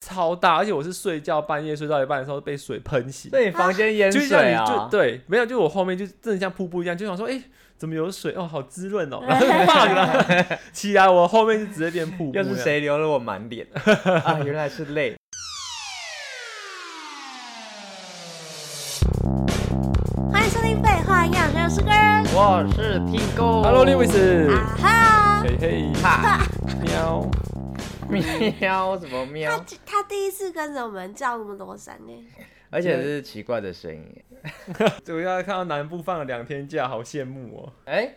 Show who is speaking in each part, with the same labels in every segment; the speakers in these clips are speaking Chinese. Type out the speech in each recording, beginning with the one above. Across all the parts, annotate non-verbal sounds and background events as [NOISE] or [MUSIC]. Speaker 1: 超大，而且我是睡觉半夜睡到一半的时候被水喷醒，
Speaker 2: 所以房间淹
Speaker 1: 就像
Speaker 2: 水
Speaker 1: 你
Speaker 2: 啊？
Speaker 1: 就对，没有，就我后面就真的像瀑布一样，就想说，哎、怎么有水哦，好滋润哦， [LAUGHS] 然后就放了起来，我后面就直接变瀑布。
Speaker 2: 又是？谁流了我
Speaker 1: [LAUGHS]
Speaker 2: 满脸啊？原来是泪。
Speaker 3: 欢迎收听《废话营养学》，我是 Girl。
Speaker 2: 我是 Pigo。
Speaker 1: Hello Lewis，
Speaker 3: 啊哈！
Speaker 1: 嘿嘿，
Speaker 2: 哈
Speaker 1: 喵，
Speaker 2: 喵什么
Speaker 3: 他
Speaker 2: 喵？
Speaker 3: 他第一次跟着我们叫那么多声呢，
Speaker 2: 而且是奇怪的声音。
Speaker 1: 主要看到南部放了两天假，好羡慕哦。
Speaker 2: 哎，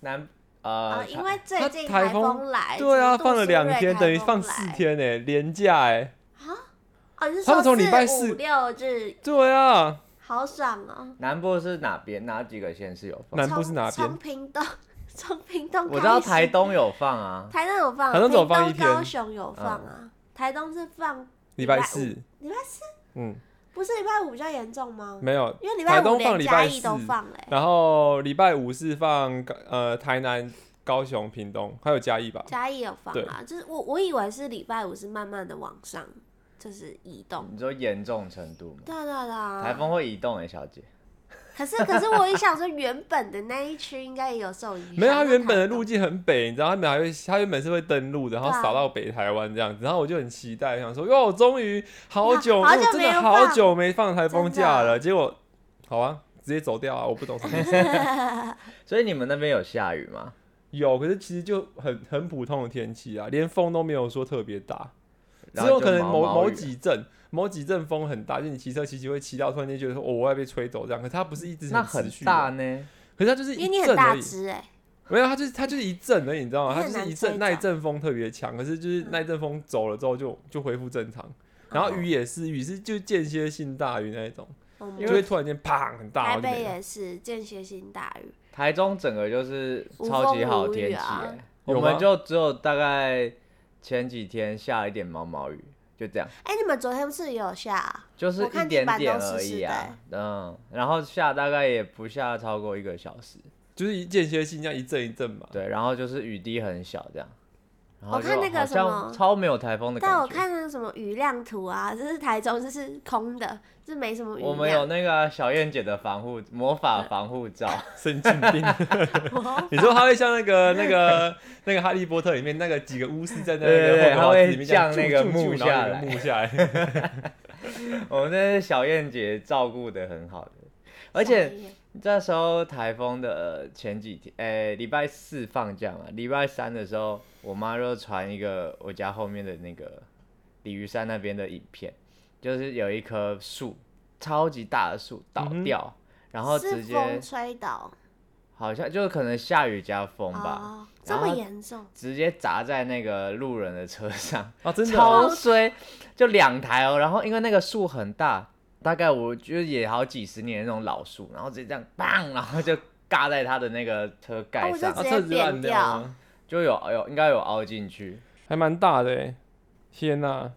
Speaker 2: 南
Speaker 3: 啊，
Speaker 2: 呃，
Speaker 3: 因为最近
Speaker 1: 他台
Speaker 3: 台
Speaker 1: 风
Speaker 3: 风来，
Speaker 1: 对啊，
Speaker 3: 什么杜
Speaker 1: 放了
Speaker 3: 苏
Speaker 1: 两
Speaker 3: 芮
Speaker 1: 天，
Speaker 3: 台
Speaker 1: 等于
Speaker 3: 风
Speaker 1: 放四
Speaker 3: 来。
Speaker 1: 天呢，连假哎。
Speaker 3: 哦，你是
Speaker 1: 他们
Speaker 3: 说
Speaker 1: 从礼拜四
Speaker 3: 五六日，
Speaker 1: 对啊，
Speaker 3: 好爽哦。
Speaker 2: 南部是哪边？哪几个县市有放？
Speaker 1: 南部是哪
Speaker 3: 从
Speaker 1: 边
Speaker 3: 从屏东， [LAUGHS] 从屏东。
Speaker 2: 我知道台，东有放啊。
Speaker 3: 台东有放啊，
Speaker 1: 台东只有
Speaker 3: 屏
Speaker 1: 放一天嗯
Speaker 3: 高雄有放啊，台东是放
Speaker 1: 礼拜
Speaker 3: 礼拜
Speaker 1: 四，
Speaker 3: 礼拜四，
Speaker 1: 嗯，
Speaker 3: 不是礼拜五比较严重吗？
Speaker 1: 没有。
Speaker 3: 因为礼
Speaker 1: 台
Speaker 3: 拜五
Speaker 1: 东放
Speaker 3: 连
Speaker 1: 礼
Speaker 3: 嘉
Speaker 1: 拜
Speaker 3: 义都
Speaker 1: 四
Speaker 3: 放欸嘞，
Speaker 1: 然后礼拜五是放呃台南、高雄、屏东，还有嘉义吧？
Speaker 3: 嘉义有放啊，就是我我以为是礼拜五是慢慢的往上，就是移动。
Speaker 2: 你说严重程度吗？
Speaker 3: 对啊对啊对
Speaker 2: 嗯
Speaker 3: 啊，
Speaker 2: 台风会移动哎，小姐。
Speaker 3: 可是可是我一想说，原本的那一区应该也有受影响。
Speaker 1: 没
Speaker 2: 啊
Speaker 1: 有，它
Speaker 3: 那
Speaker 1: 原本的
Speaker 3: 台
Speaker 1: 路
Speaker 3: 东
Speaker 1: 径很北，你知道，他们还会，它原本是会登陆的，然后
Speaker 3: 对啊
Speaker 1: 扫到北台湾这样子。然后我就很期待，想说，哟，终于好久，
Speaker 3: 好
Speaker 1: 我
Speaker 3: 久
Speaker 1: 真
Speaker 3: 没
Speaker 1: 的
Speaker 3: 有
Speaker 1: 好
Speaker 3: 放
Speaker 1: 久没放台风
Speaker 3: 真的
Speaker 1: 假了。结果，好啊，直接走掉啊！我不懂什么意思。 [LAUGHS]
Speaker 2: 所以你们那边有下雨吗？
Speaker 1: 有，可是其实就很很普通的天气啊，连风都没有说特别大，只
Speaker 2: 然后
Speaker 1: 有
Speaker 2: 就
Speaker 1: 可能
Speaker 2: 毛
Speaker 1: 某
Speaker 2: 毛
Speaker 1: 某
Speaker 2: 雨
Speaker 1: 几阵。某几阵风很大，就你骑车骑骑会骑到，突然间觉得说，哦，我要被吹走这样。可是它不是一直
Speaker 2: 那
Speaker 1: 持
Speaker 2: 很
Speaker 1: 续的啊
Speaker 2: 大呢。
Speaker 1: 可是它就是
Speaker 3: 因为
Speaker 1: 一
Speaker 3: 你很
Speaker 1: 阵
Speaker 3: 大
Speaker 1: 而已，
Speaker 3: 只哎，
Speaker 1: 没有，它就是它就是一阵而已，你知道吗？
Speaker 3: 你
Speaker 1: 它
Speaker 3: 很
Speaker 1: 就是一
Speaker 3: 难
Speaker 1: 阵，
Speaker 3: 追
Speaker 1: 那一
Speaker 3: 找
Speaker 1: 阵风特别强，可是就是
Speaker 2: 嗯
Speaker 1: 那一阵风走了之后就就恢复正常。然后雨也是，雨是就间歇性大雨那一种，
Speaker 3: 我们
Speaker 2: 因
Speaker 1: 就
Speaker 2: 为
Speaker 1: 会突然间砰很大，然后
Speaker 3: 台
Speaker 1: 就
Speaker 3: 北
Speaker 1: 没了。
Speaker 3: 也是间歇性大雨，
Speaker 2: 台中整个就是
Speaker 3: 无
Speaker 2: 超级
Speaker 3: 风
Speaker 2: 好
Speaker 3: 无
Speaker 2: 的天
Speaker 3: 雨
Speaker 2: 气、
Speaker 3: 啊
Speaker 2: 欸，
Speaker 1: 有
Speaker 2: 我
Speaker 1: 吗
Speaker 2: 们就只有大概前几天下一点毛毛雨，就这样，
Speaker 3: 哎，你们昨天是不是也有下啊？
Speaker 2: 就是
Speaker 3: 我看
Speaker 2: 一
Speaker 3: 地
Speaker 2: 点
Speaker 3: 板
Speaker 2: 点
Speaker 3: 都湿
Speaker 2: 而
Speaker 3: 湿
Speaker 2: 已
Speaker 3: 的欸
Speaker 2: 啊。嗯，然后下大概也不下超过一个小时，
Speaker 1: 就是一间歇性这样一阵一阵嘛。
Speaker 2: 对，然后就是雨滴很小这样。然后
Speaker 3: 我看
Speaker 2: 就
Speaker 3: 那个
Speaker 2: 好
Speaker 3: 什
Speaker 2: 像
Speaker 3: 么
Speaker 2: 超没有台风的感觉。
Speaker 3: 但我看那什么雨啊量图啊，这是台中，这是空的，这没什么雨
Speaker 2: 我们有
Speaker 3: 量。
Speaker 2: 那个小燕姐的防护魔法防护罩，
Speaker 1: 神经
Speaker 2: [LAUGHS]
Speaker 1: 病！你说它会像那个那个那个哈利波特里面那个几个巫师站在那
Speaker 2: 对对
Speaker 1: 个
Speaker 2: 对
Speaker 1: 后
Speaker 2: 它
Speaker 1: 脑
Speaker 2: 会
Speaker 1: 里面这样
Speaker 2: 降那个
Speaker 1: 啾啾啾
Speaker 2: 木
Speaker 1: 然后有
Speaker 2: 下
Speaker 1: 个
Speaker 2: 来
Speaker 1: 木下
Speaker 2: [LAUGHS]
Speaker 1: 来，
Speaker 2: 我们那是小燕姐照顾的很好的，而且这时候台风的前几天，诶、礼拜四放假嘛，礼拜三的时候，我妈就传一个我家后面的那个鲤鱼山那边的影片，就是有一棵树，超级大的树倒
Speaker 1: 嗯哼
Speaker 2: 掉，然后直
Speaker 3: 是风
Speaker 2: 接
Speaker 3: 吹倒，
Speaker 2: 好像就是可能下雨加风吧，
Speaker 3: 哦，这
Speaker 2: 然
Speaker 3: 么
Speaker 2: 后
Speaker 3: 严重，
Speaker 2: 直接砸在那个路人的车上，
Speaker 1: 啊，真的哦
Speaker 2: 超衰，就两台哦。然后因为那个树很大，大概我觉得也好几十年的那种老树，然后直接这样砰，然后就尬在他的那个车盖
Speaker 3: 哦我就
Speaker 2: 上，
Speaker 1: 啊，
Speaker 3: 直接
Speaker 1: 车子
Speaker 3: 扁
Speaker 1: 烂
Speaker 3: 掉
Speaker 1: 啊，
Speaker 2: 就有有应该有凹进去。
Speaker 1: 还蛮大的欸，天哪！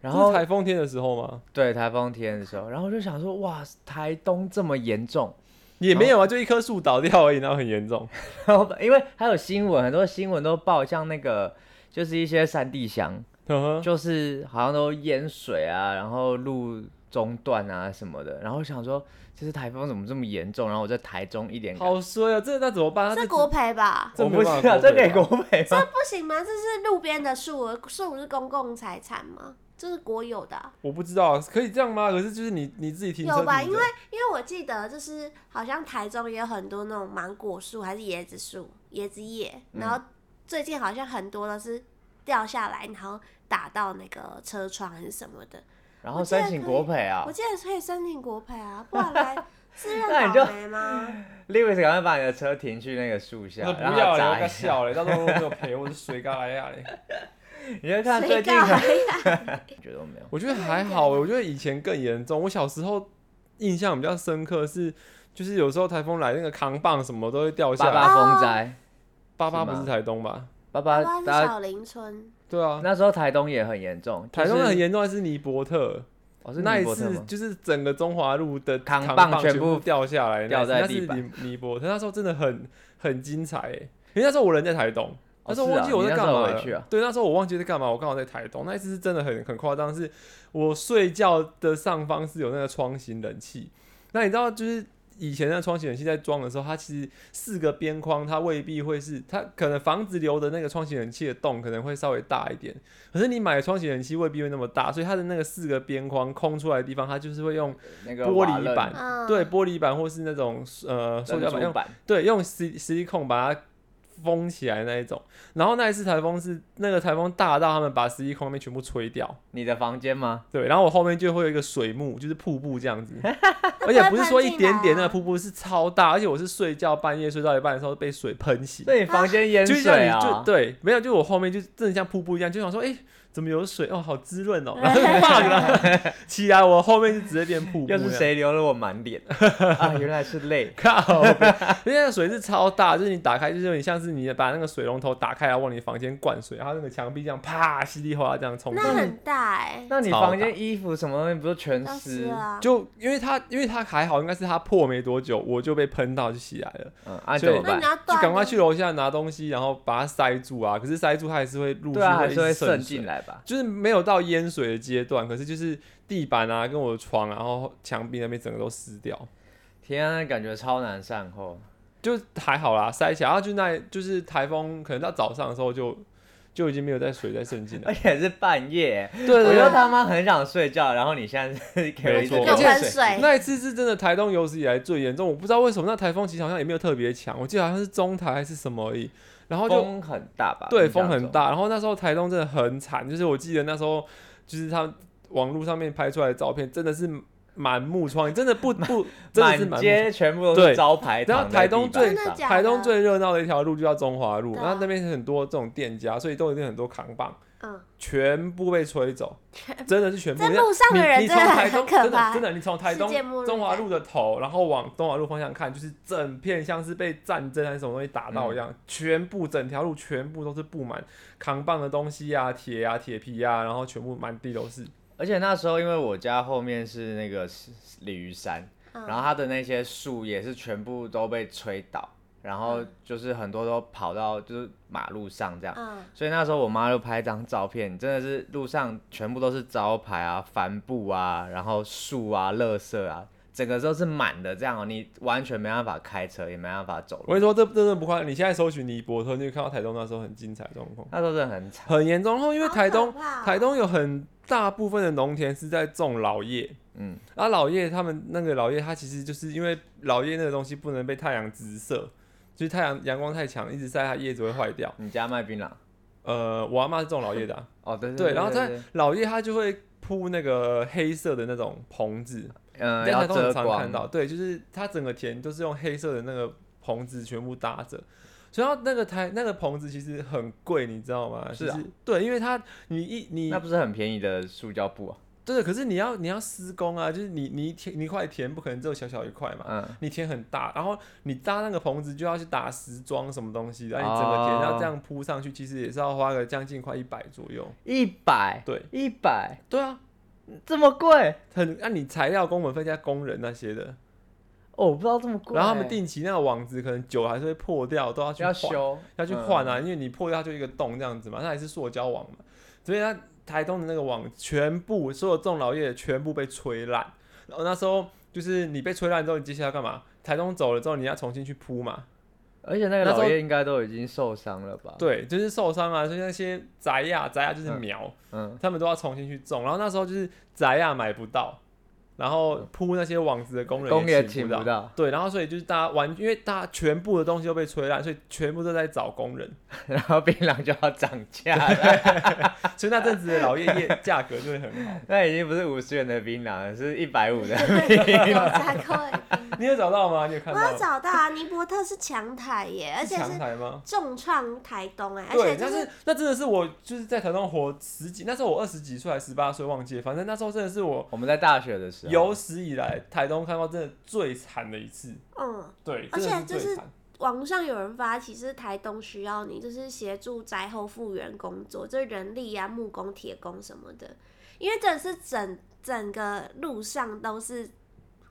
Speaker 2: 然
Speaker 1: 这是
Speaker 2: 后
Speaker 1: 台风天的时候吗？
Speaker 2: 对台风天的时候，然后我就想说，哇，台东这么严重，
Speaker 1: 也没有啊，就一棵树倒掉而已，然后很严重。 [LAUGHS]
Speaker 2: 然后因为还有新闻，很多新闻都报像那个就是一些山地乡，
Speaker 1: 嗯哼，
Speaker 2: 就是好像都淹水啊，然后路中断啊什么的，然后我想说这次台风怎么这么严重？然后我在台中一点感
Speaker 1: 好衰啊！这那怎么办？它
Speaker 3: 是
Speaker 1: 这
Speaker 3: 国赔吧？
Speaker 1: 这
Speaker 2: 我
Speaker 1: 没
Speaker 2: 不
Speaker 1: 办
Speaker 2: 知
Speaker 1: 法啊
Speaker 2: 道，
Speaker 1: 国
Speaker 2: 这
Speaker 1: 赔
Speaker 2: 给
Speaker 1: 吧
Speaker 2: 国赔
Speaker 3: [LAUGHS]
Speaker 2: 吗？
Speaker 3: 不行吗？这是路边的树，树是公共财产吗？这是国有的啊、
Speaker 1: 我不知道，可以这样吗？可是就是你你自己停车
Speaker 3: 有吧？
Speaker 1: 停
Speaker 3: 因
Speaker 1: 着
Speaker 3: 为因为我记得就是好像台中也有很多那种芒果树还是椰子树、椰子叶，
Speaker 2: 嗯
Speaker 3: 然后最近好像很多都是掉下来，然后打到那个车窗还是什么的。
Speaker 2: 然后申请国赔啊
Speaker 3: 我记得可以申请国赔啊，不
Speaker 1: [LAUGHS]
Speaker 3: 然来自
Speaker 2: 那
Speaker 3: 认
Speaker 2: 你就
Speaker 3: 倒霉吗？
Speaker 2: ，Lewis 赶快把你的车停去那个树下，
Speaker 1: 那
Speaker 2: 然
Speaker 1: 不
Speaker 2: 后
Speaker 1: 要了，
Speaker 2: 砸
Speaker 1: 我
Speaker 2: 一
Speaker 1: 该
Speaker 2: 下。
Speaker 1: 笑了，到时候没有赔，我是水嘎来呀
Speaker 3: [LAUGHS]
Speaker 1: 嘞。
Speaker 2: 你就看最
Speaker 3: 谁
Speaker 2: 近
Speaker 1: 啊
Speaker 3: 告
Speaker 2: 很，
Speaker 3: 来呀？
Speaker 2: 觉得没有，
Speaker 1: 我觉得还好欸，我觉得以前更严重。我小时候印象比较深刻是，就是有时候台风来，那个扛棒什么都会掉下
Speaker 2: 爸
Speaker 1: 来。
Speaker 2: 爸风灾，
Speaker 1: 八八
Speaker 2: 是吗
Speaker 1: 不是台东吧？
Speaker 2: 爸
Speaker 3: 啊我
Speaker 2: 爸
Speaker 3: 不知道是
Speaker 2: 大家
Speaker 3: 小林村，
Speaker 1: 对啊，
Speaker 2: 那时候台东也很严重，
Speaker 1: 台东
Speaker 2: 就是
Speaker 1: 很，严重，还是尼伯特，
Speaker 2: 哦是
Speaker 1: 那
Speaker 2: 尼
Speaker 1: 一
Speaker 2: 伯特
Speaker 1: 次
Speaker 2: 吗？
Speaker 1: 就是整个中华路的
Speaker 2: 扛
Speaker 1: 扛
Speaker 2: 棒
Speaker 1: 棒
Speaker 2: 全
Speaker 1: 全部
Speaker 2: 部
Speaker 1: 掉下来那一次，
Speaker 2: 掉在
Speaker 1: 那
Speaker 2: 地
Speaker 1: 是
Speaker 2: 板
Speaker 1: 尼尼伯特，那时候真的很很精彩欸，因为那时候我人在台东，那时候忘记我在干嘛
Speaker 2: 哦是啊你那时候
Speaker 1: 了、
Speaker 2: 回去啊
Speaker 1: 对，那时候我忘记在干嘛，我刚好在台东。那一次是真的很很夸张，是我睡觉的上方是有那个窗型冷气。那你知道，就是以前那窗型冷气在装的时候，它其实四个边框，它未必会是它可能房子留的那个窗型冷气的洞可能会稍微大一点，可是你买的窗型冷气未必会那么大，所以它的那个四个边框空出来的地方，它就是会用
Speaker 2: 那个
Speaker 1: 玻
Speaker 2: 瓦楞
Speaker 1: 璃板，
Speaker 3: 嗯，
Speaker 1: 对，玻璃板或是那种呃塑
Speaker 2: 珍
Speaker 1: 胶板，
Speaker 2: 珠
Speaker 1: 用
Speaker 2: 板，
Speaker 1: 对，用 C C 控把它封起来那一种。然后那一次台风是那个台风大到他们把 C 控那边全部吹掉。
Speaker 2: 你的房间吗？
Speaker 1: 对，然后我后面就会有一个水幕，就是瀑布这
Speaker 2: [LAUGHS]
Speaker 1: 样子，而且不是说一点点那个瀑布是超大，而且我是睡觉半夜睡到一半的时候被水喷醒，
Speaker 3: 啊
Speaker 2: 所以你房间淹
Speaker 1: 就像
Speaker 2: 水
Speaker 1: 你
Speaker 2: 啊？
Speaker 1: 就对，没有，就我后面就真的像瀑布一样，就想说，哎、怎么有水哦，好滋润
Speaker 2: [LAUGHS]
Speaker 1: 哦，然后就放了起来，我后面就直接变瀑布这
Speaker 2: 又
Speaker 1: 样，
Speaker 2: 是谁流了我满脸 [LAUGHS] 啊？原来是 [LAUGHS] 泪。
Speaker 1: [LAUGHS] 靠北！因为那水是超大，就是你打开，就是有点像是你把那个水龙头打开，然后往你房间灌水，然后那个墙壁这样啪稀里哗啦这样冲
Speaker 3: 啊那
Speaker 1: 进去。
Speaker 3: 很大哎、
Speaker 2: 那你
Speaker 1: 超大
Speaker 2: 房间衣服什么东西不是全
Speaker 3: 要
Speaker 2: 湿
Speaker 3: 湿？啊，
Speaker 1: 就因为它，因为它还好，应该是它破没多久，我就被喷到就起来了，
Speaker 2: 嗯，啊，
Speaker 1: 所以
Speaker 2: 怎么办
Speaker 3: 那你？要
Speaker 1: 就
Speaker 3: 断
Speaker 1: 赶快去楼下拿东西，然后把它塞住啊。可是塞住它还是会陆续
Speaker 2: 对啊，还
Speaker 1: 一
Speaker 2: 是
Speaker 1: 直
Speaker 2: 会
Speaker 1: 渗
Speaker 2: 渗
Speaker 1: 水
Speaker 2: 进来吧？
Speaker 1: 就是没有到淹水的阶段，可是就是地板啊跟我的床，然后墙壁那边整个都湿掉。
Speaker 2: 天啊，感觉超难善后。
Speaker 1: 就还好啦，塞起来。然后啊就那，就是台风，可能到早上的时候就就已经没有在水在渗进
Speaker 2: 而
Speaker 1: 了。
Speaker 2: 且是半夜，
Speaker 1: 对
Speaker 2: 哎我
Speaker 1: 对
Speaker 2: 就
Speaker 1: 对，
Speaker 2: 他妈很想睡觉，然后你现在是给我一直
Speaker 1: 没
Speaker 3: 又
Speaker 1: 错
Speaker 2: 流
Speaker 3: 喷
Speaker 2: 水，
Speaker 3: 水，
Speaker 1: 那一次是真的台东有史以来最严重，我不知道为什么那台风其实好像也没有特别强，我记得好像是中台还是什么而已。然后就
Speaker 2: 风很大吧？
Speaker 1: 对
Speaker 2: 印象
Speaker 1: 风很
Speaker 2: 中。
Speaker 1: 大，然后那时候台东真的很惨，就是我记得那时候就是他们网络上面拍出来的照片真的是满目疮痍，真的不
Speaker 2: [LAUGHS]
Speaker 1: 不真的是
Speaker 2: 满
Speaker 1: 满目
Speaker 2: 街啊全部都
Speaker 1: 对
Speaker 2: 是招牌
Speaker 1: 然后
Speaker 2: 躺在
Speaker 1: 台
Speaker 2: 地
Speaker 1: 东
Speaker 2: 板上，
Speaker 1: 最
Speaker 3: 真的假的？
Speaker 1: 台东最热闹的一条路就叫中华路，
Speaker 3: 对
Speaker 1: 然
Speaker 3: 啊
Speaker 1: 后那边很多这种店家，所以都有很多扛棒。
Speaker 3: 嗯，
Speaker 1: 全部被吹走，真的是全部。
Speaker 3: 在
Speaker 1: 你
Speaker 3: 路上的
Speaker 1: 你
Speaker 3: 人
Speaker 1: 你
Speaker 3: 真的
Speaker 1: 从
Speaker 3: 很
Speaker 1: 台东
Speaker 3: 很可
Speaker 1: 真的
Speaker 3: 怕
Speaker 1: 真的，你从台
Speaker 3: 世界末
Speaker 1: 东
Speaker 3: 日
Speaker 1: 中华路的头，然后往东华路方向看，就是整片像是被战争还是什么东西打到一样，
Speaker 3: 嗯
Speaker 1: 全部整条路全部都是布满扛棒的东西啊、铁啊、铁皮啊，然后全部满地都是。
Speaker 2: 而且那时候因为我家后面是那个是鲤鱼山，
Speaker 3: 嗯
Speaker 2: 然后它的那些树也是全部都被吹倒，然后就是很多都跑到就是马路上这样。
Speaker 3: 嗯，
Speaker 2: 所以那时候我妈就拍一张照片，真的是路上全部都是招牌啊、帆布啊，然后树啊、垃圾啊，整个都是满的这样、哦，你完全没办法开车，也没办法走
Speaker 1: 我
Speaker 2: 路。
Speaker 1: 跟你说，这这真的不夸张，你现在搜寻尼伯特，你就看到台东那时候很精彩的状况，
Speaker 2: 那时候真的很惨，
Speaker 1: 很严重。然后因为台东
Speaker 3: 好可怕哦
Speaker 1: [LAUGHS] 台东有很大部分的农田是在种老叶，
Speaker 2: 嗯，
Speaker 1: 然后啊老叶他们那个老叶，它其实就是因为老叶那个东西不能被太阳直射，就是太阳阳光太强，一直晒它叶子会坏掉。
Speaker 2: 你家卖槟榔？
Speaker 1: 呃，我阿妈是种老叶
Speaker 2: [LAUGHS]
Speaker 1: 的啊、
Speaker 2: 哦，对对
Speaker 1: 对，然后它
Speaker 2: 对，
Speaker 1: 老叶它就会铺那个黑色的那种棚子，
Speaker 2: 嗯，
Speaker 1: 在
Speaker 2: 要
Speaker 1: 台东
Speaker 2: 遮
Speaker 1: 很常看
Speaker 2: 光，
Speaker 1: 到，对，就是它整个田都是用黑色的那个棚子全部搭着。所以它那个台那个棚子其实很贵，你知道吗？
Speaker 2: 是啊
Speaker 1: 就对，因为它你一你
Speaker 2: 那不是很便宜的塑胶布啊？
Speaker 1: 对，可是你要你要施工啊，就是你你一田你一块田不可能只有小小一块嘛，
Speaker 2: 嗯，
Speaker 1: 你田很大，然后你搭那个棚子就要去打石桩什么东西的，然后你整个田要这样铺上去，其实也是要花个将近快一百左右。
Speaker 2: 一百，
Speaker 1: 对，
Speaker 2: 一百，
Speaker 1: 对啊，
Speaker 2: 这么贵？
Speaker 1: 很那、你材料、工本费加工人那些的，
Speaker 2: 哦，我不知道这么贵欸。
Speaker 1: 然后他们定期那个网子可能久了还是会破掉，都要去
Speaker 2: 要
Speaker 1: 换
Speaker 2: 修，嗯
Speaker 1: 要去换啊，因为你破掉就一个洞这样子嘛，那也是塑胶网嘛，所以它台东的那个网全部所有种老叶的全部被吹烂，然后那时候就是你被吹烂之后，你接下来要干嘛？台东走了之后，你要重新去铺嘛，
Speaker 2: 而且那个
Speaker 1: 那时候
Speaker 2: 老爷应该都已经受伤了吧？，
Speaker 1: 对，就是受伤啊，就是那些宅呀、宅呀就是
Speaker 2: 嗯
Speaker 1: 苗，
Speaker 2: 嗯，
Speaker 1: 他们都要重新去种。然后那时候就是宅呀买不到，然后铺那些网子的工
Speaker 2: 工
Speaker 1: 人
Speaker 2: 也
Speaker 1: 请
Speaker 2: 请不
Speaker 1: 到。
Speaker 2: 到，
Speaker 1: 对，然后所以就是大家完，因为大家全部的东西都被吹烂，所以全部都在找工
Speaker 2: [LAUGHS]
Speaker 1: 人，
Speaker 2: [LAUGHS] 然后槟榔就要涨价了。
Speaker 1: 所以那阵子的老叶叶价格就会很
Speaker 2: [LAUGHS]
Speaker 1: 好。
Speaker 2: [LAUGHS] 那已经不是五十元的槟榔了，是一百五的。 [LAUGHS]
Speaker 3: 有三
Speaker 1: [LAUGHS]
Speaker 3: 块。
Speaker 1: 你有找到吗？你有看
Speaker 3: 我有
Speaker 1: 到？
Speaker 3: 找到啊，尼伯特是强台耶，而且
Speaker 1: 强
Speaker 3: 是
Speaker 1: 台吗？
Speaker 3: 重创台东哎，而
Speaker 1: 对
Speaker 3: 且，就
Speaker 1: 但是那真的是我就是在台东活十几，那时候我二十几岁还十八岁忘记了，反正那时候真的是我
Speaker 2: 我们在大学的时候，
Speaker 1: 有史以来台东看到真的最惨的一次。
Speaker 3: 嗯，
Speaker 1: 对，
Speaker 3: 而
Speaker 1: 真的
Speaker 3: 且就是
Speaker 1: 最惨。
Speaker 3: 网上有人发起，是台东需要你，就是协助灾后复原工作，就是人力啊、木工、铁工什么的，因为真的是整整个路上都是